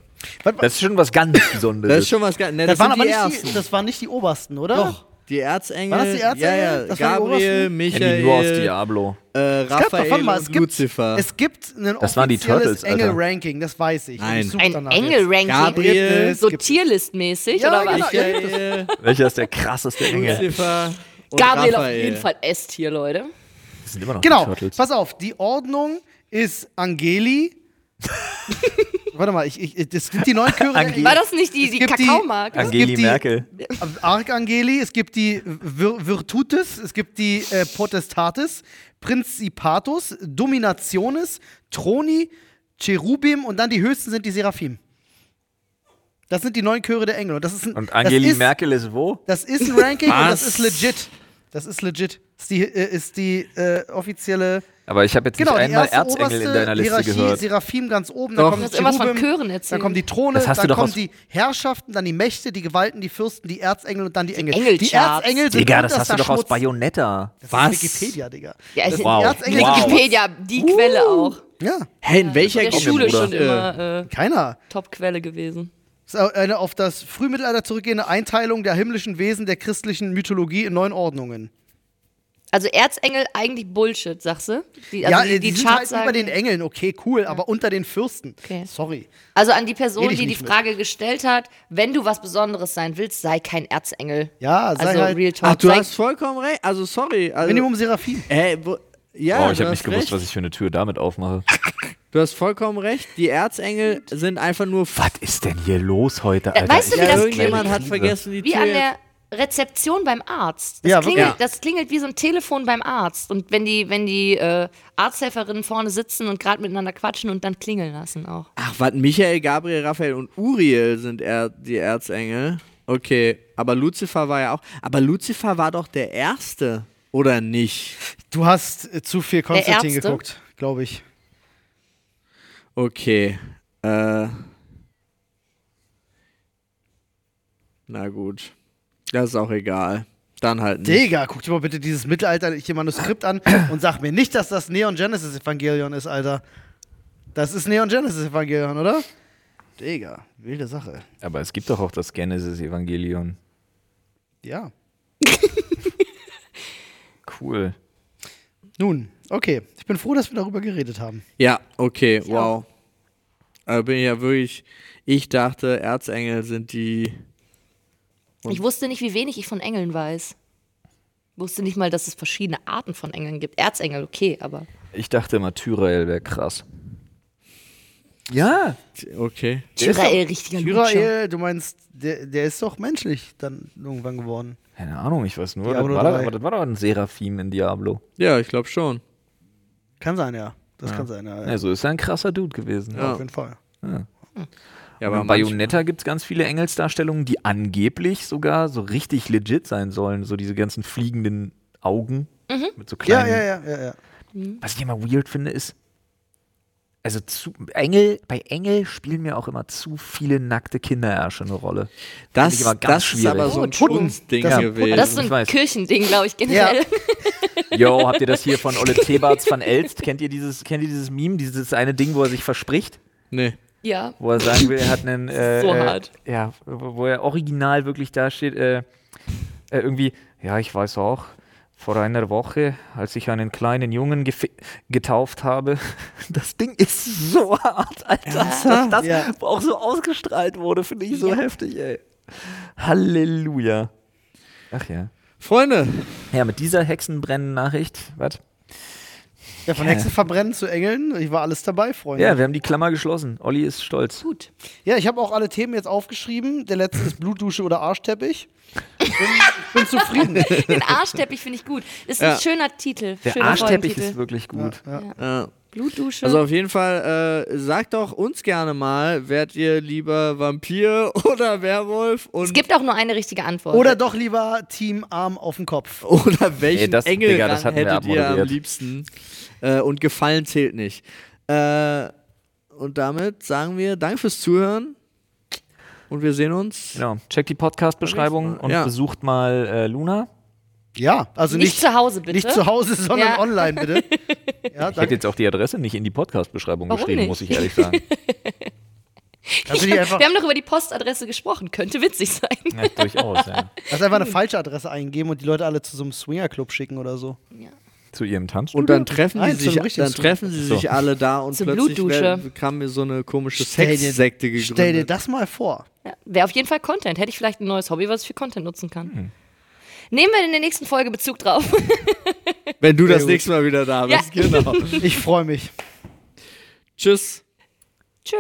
Das ist schon was ganz Besonderes.
Das ist schon was geil. Ne,
Das,
das,
waren
sind
aber
die
nicht
ersten.
die, das waren nicht die obersten, oder?
Doch. Die Erzengel.
Waren das die Erzengel?
Ja, ja.
Das waren die
Gabriel,
obersten?
Kenn mich nur aus
Michael,
Diablo.
äh,
Es gab doch,
Raphael
warte mal, es
und
gibt,
Lucifer.
es gibt ein
Das waren die
offizielles
Turtles, Alter.
Engel-Ranking, das weiß ich.
Nein.
Ich such
Ein
danach
Engel-Ranking.
Gabriel,
jetzt.
So
Gibt-
Tierlist-mäßig,
Ja,
Ah,
oder was?
genau.
Michael,
Welcher ist der krasseste Engel?
Lucifer und
Gabriel auf
Raphael.
jeden Fall S-Tier, Leute.
Das sind immer noch die
Genau,
Turtles.
pass auf, die Ordnung ist Angeli. Warte mal, ich, ich, es gibt die neun Chöre.
Angeli.
War das nicht die,
Es
die
gibt die-
Kakaomarke?
Ange-
Angeli
gibt die-
Merkel.
Archangeli, es gibt die Vir Virtutes, es gibt die äh, Potestates, Principatus, Dominationes, Troni, Cherubim und dann die höchsten sind die Seraphim. Das sind die neun Chöre der Engel. Und, das ist ein,
Und Angeli
das ist,
Merkel ist wo?
Das ist ein Ranking und das
Was?
ist legit. Das ist legit. Das ist die, äh, ist die äh, offizielle.
Aber ich habe jetzt
Genau,
nicht
die
einmal
erste
Erzengel
oberste
in deiner Liste
Hierarchie,
gehört.
Seraphim ganz oben,
Doch.
dann kommen
Du hast
die
irgendwas von
Cherubim,
Chören
dann
erzählt.
kommen die Throne,
Das hast du
dann
doch
kommen
aus-
die Herrschaften, dann die Mächte, die Gewalten, die Fürsten, die Erzengel und dann die Engel. die
Engelcharts.
Erzengel sind
Digga, das hast du
unterster
doch aus
Schmutz.
Bayonetta.
Das
Was?
ist Wikipedia, Digga.
Ja,
das
ich-
sind
Wow.
die Erzengel.
Wow.
Wikipedia, die Quelle auch.
Ja,
Hä, in welcher
Der
Komm,
Schule
Bruder.
schon immer äh,
keiner.
Top-Quelle gewesen.
Das ist eine auf das Frühmittelalter zurückgehende Einteilung der himmlischen Wesen der christlichen Mythologie in neun Ordnungen.
Also Erzengel eigentlich Bullshit, sagst du? Die, also
ja,
die, die
die sind
Charts
halt
sagen,
über den Engeln, okay, cool, aber unter den Fürsten.
Okay.
Sorry.
Also an die Person,
Red ich
die die
nicht mit.
Frage gestellt hat, wenn du was Besonderes sein willst, sei kein Erzengel.
Ja, sei
also
halt
Real Talk.
Ach, du
sei,
hast vollkommen recht. Also sorry. Also,
Minimum Seraphim.
Hä, wo, ja,
Wow, ich
du hast
habe nicht gewusst,
recht.
was ich für eine Tür damit aufmache.
Du hast vollkommen recht. Die Erzengel sind einfach nur.
Was ist denn hier los heute,
Äh,
Alter?
weißt du, wie
Ich
Ja,
das
krieg
irgendjemand
eine
hat
Krise.
vergessen, die
wie
Tür.
an
jetzt-
der Rezeption beim Arzt. Das,
Ja, wirklich.
klingelt,
Ja.
das klingelt wie so ein Telefon beim Arzt. Und wenn die, wenn die äh, Arzthelferinnen vorne sitzen und gerade miteinander quatschen und dann klingeln lassen auch.
Ach, was? Michael, Gabriel, Raphael und Uriel sind er, die Erzengel. Okay, aber Lucifer war ja auch. Aber Lucifer war doch der Erste, oder nicht?
Du hast äh, zu viel Konstantin
Ärzte?
geguckt, glaube ich.
Okay. Äh. Na gut. Das ist auch egal. Dann halt nicht.
Digga, guck dir mal bitte dieses mittelalterliche Manuskript an und sag mir nicht, dass das Neon Genesis Evangelion ist, Alter. Das ist Neon Genesis Evangelion, oder? Digga, wilde Sache.
Aber es gibt doch auch das Genesis-Evangelion.
Ja.
Cool.
Nun, okay. Ich bin froh, dass wir darüber geredet haben.
Ja, okay, wow. Also bin ich ja wirklich. Ich dachte, Erzengel sind die.
Ich wusste nicht, wie wenig ich von Engeln weiß. Wusste nicht mal, dass es verschiedene Arten von Engeln gibt. Erzengel, okay, aber.
Ich dachte immer, Tyrael wäre krass. Ja,
Okay.
Der ist
Tyrael,
doch-
richtiger Lutscher.
Tyrael, du meinst, der, der ist doch menschlich dann irgendwann geworden.
keine Ahnung, ich weiß nur, das,
Diablo
war da,
drei.
aber das war doch ein Seraphim in Diablo.
Ja, ich glaube schon.
Kann sein, ja. Das kann sein, ja. ja.
Also ist er ein krasser Dude gewesen.
Ja.
Auf jeden Fall.
Ja,
Aber bei Bayonetta gibt es ganz viele Engelsdarstellungen, die angeblich sogar so richtig legit sein sollen. So diese ganzen fliegenden Augen
Mhm.
mit so
Ja,
kleinen.
ja, ja, ja, ja.
Was ich immer weird finde, ist, also zu, Engel, bei Engel spielen mir auch immer zu viele nackte Kinderärsche eine Rolle.
das,
ich aber ganz
das ist aber
schwierig.
so
Oh,
ein
Putten.
Kunstding
Das-
gewesen.
Das ist so
Ich
ein
weiß.
Kirchending, glaube ich, generell.
Yo, habt ihr das hier von Ole Tebarts van Elst? Kennt ihr dieses, kennt ihr dieses Meme, dieses eine Ding, wo er sich verspricht?
nee.
Ja.
wo er sagen will, er hat einen. Äh,
So
äh,
hart.
Ja, wo wo er original wirklich dasteht, äh, äh, irgendwie, ja, ich weiß auch, vor einer Woche, als ich einen kleinen Jungen gefi- getauft habe, das Ding ist so hart, Alter. Dass das
Ja.
auch so ausgestrahlt wurde, finde ich so heftig, ey. Halleluja. Ach ja.
Freunde,
Ja, mit dieser Hexenbrennen-Nachricht, was?
Ja, von Hexen verbrennen zu Engeln, ich war alles dabei, Freunde.
Ja, wir haben die Klammer geschlossen. Olli ist stolz.
Gut.
Ja, ich habe auch alle Themen jetzt aufgeschrieben. Der letzte ist Blutdusche oder Arschteppich. Ich bin, ich bin zufrieden.
Den Arschteppich finde ich gut. Ist ein
Ja.
schöner Titel.
Der
schöner
Arschteppich
Folgentitel.
ist wirklich gut.
äh,
Blutdusche.
also auf jeden Fall, äh, sagt doch uns gerne mal, werdet ihr lieber Vampir oder Werwolf
es
und
gibt auch nur eine richtige Antwort.
Oder doch lieber Team Arm auf den Kopf.
oder welchen
Ey, das-
Engel
Digga, das hatten wir
hättet ihr am
abmoderiert.
liebsten? Äh, und Gefallen zählt nicht. Äh, und damit sagen wir Dank fürs Zuhören und wir sehen uns.
Genau. Checkt die Podcast-Beschreibung und
Ja.
besucht mal äh, Luna.
Ja, also
nicht,
nicht,
zu Hause, bitte.
nicht zu Hause, sondern
Ja.
online, bitte. Ja,
Ich hätte
danke.
jetzt auch die Adresse nicht in die Podcast-Beschreibung
Warum
geschrieben,
nicht?
muss ich ehrlich sagen.
Kannst du die einfach,
Wir haben doch über die Postadresse gesprochen. Könnte witzig sein.
ja, durchaus, ja.
kannst einfach eine falsche Adresse eingeben und die Leute alle zu so einem Swingerclub schicken oder so.
Zu ihrem Tanzstudio.
Und dann treffen
Nein,
die
zum
sich,
richtigen
dann treffen sie
So.
sich alle da und
Zur
plötzlich
Blutdusche.
werden- kam mir so eine komische
Stell dir-
Sexsekte gegründet.
Stell dir das mal vor.
Ja, Wäre auf jeden Fall Content. Hätte ich vielleicht ein neues Hobby, was ich für Content nutzen kann. Nehmen wir in der nächsten Folge Bezug drauf.
Wenn du das
gut.
nächste Mal wieder da
Ja.
bist, genau.
Ich freue mich.
Tschüss.
Tschö.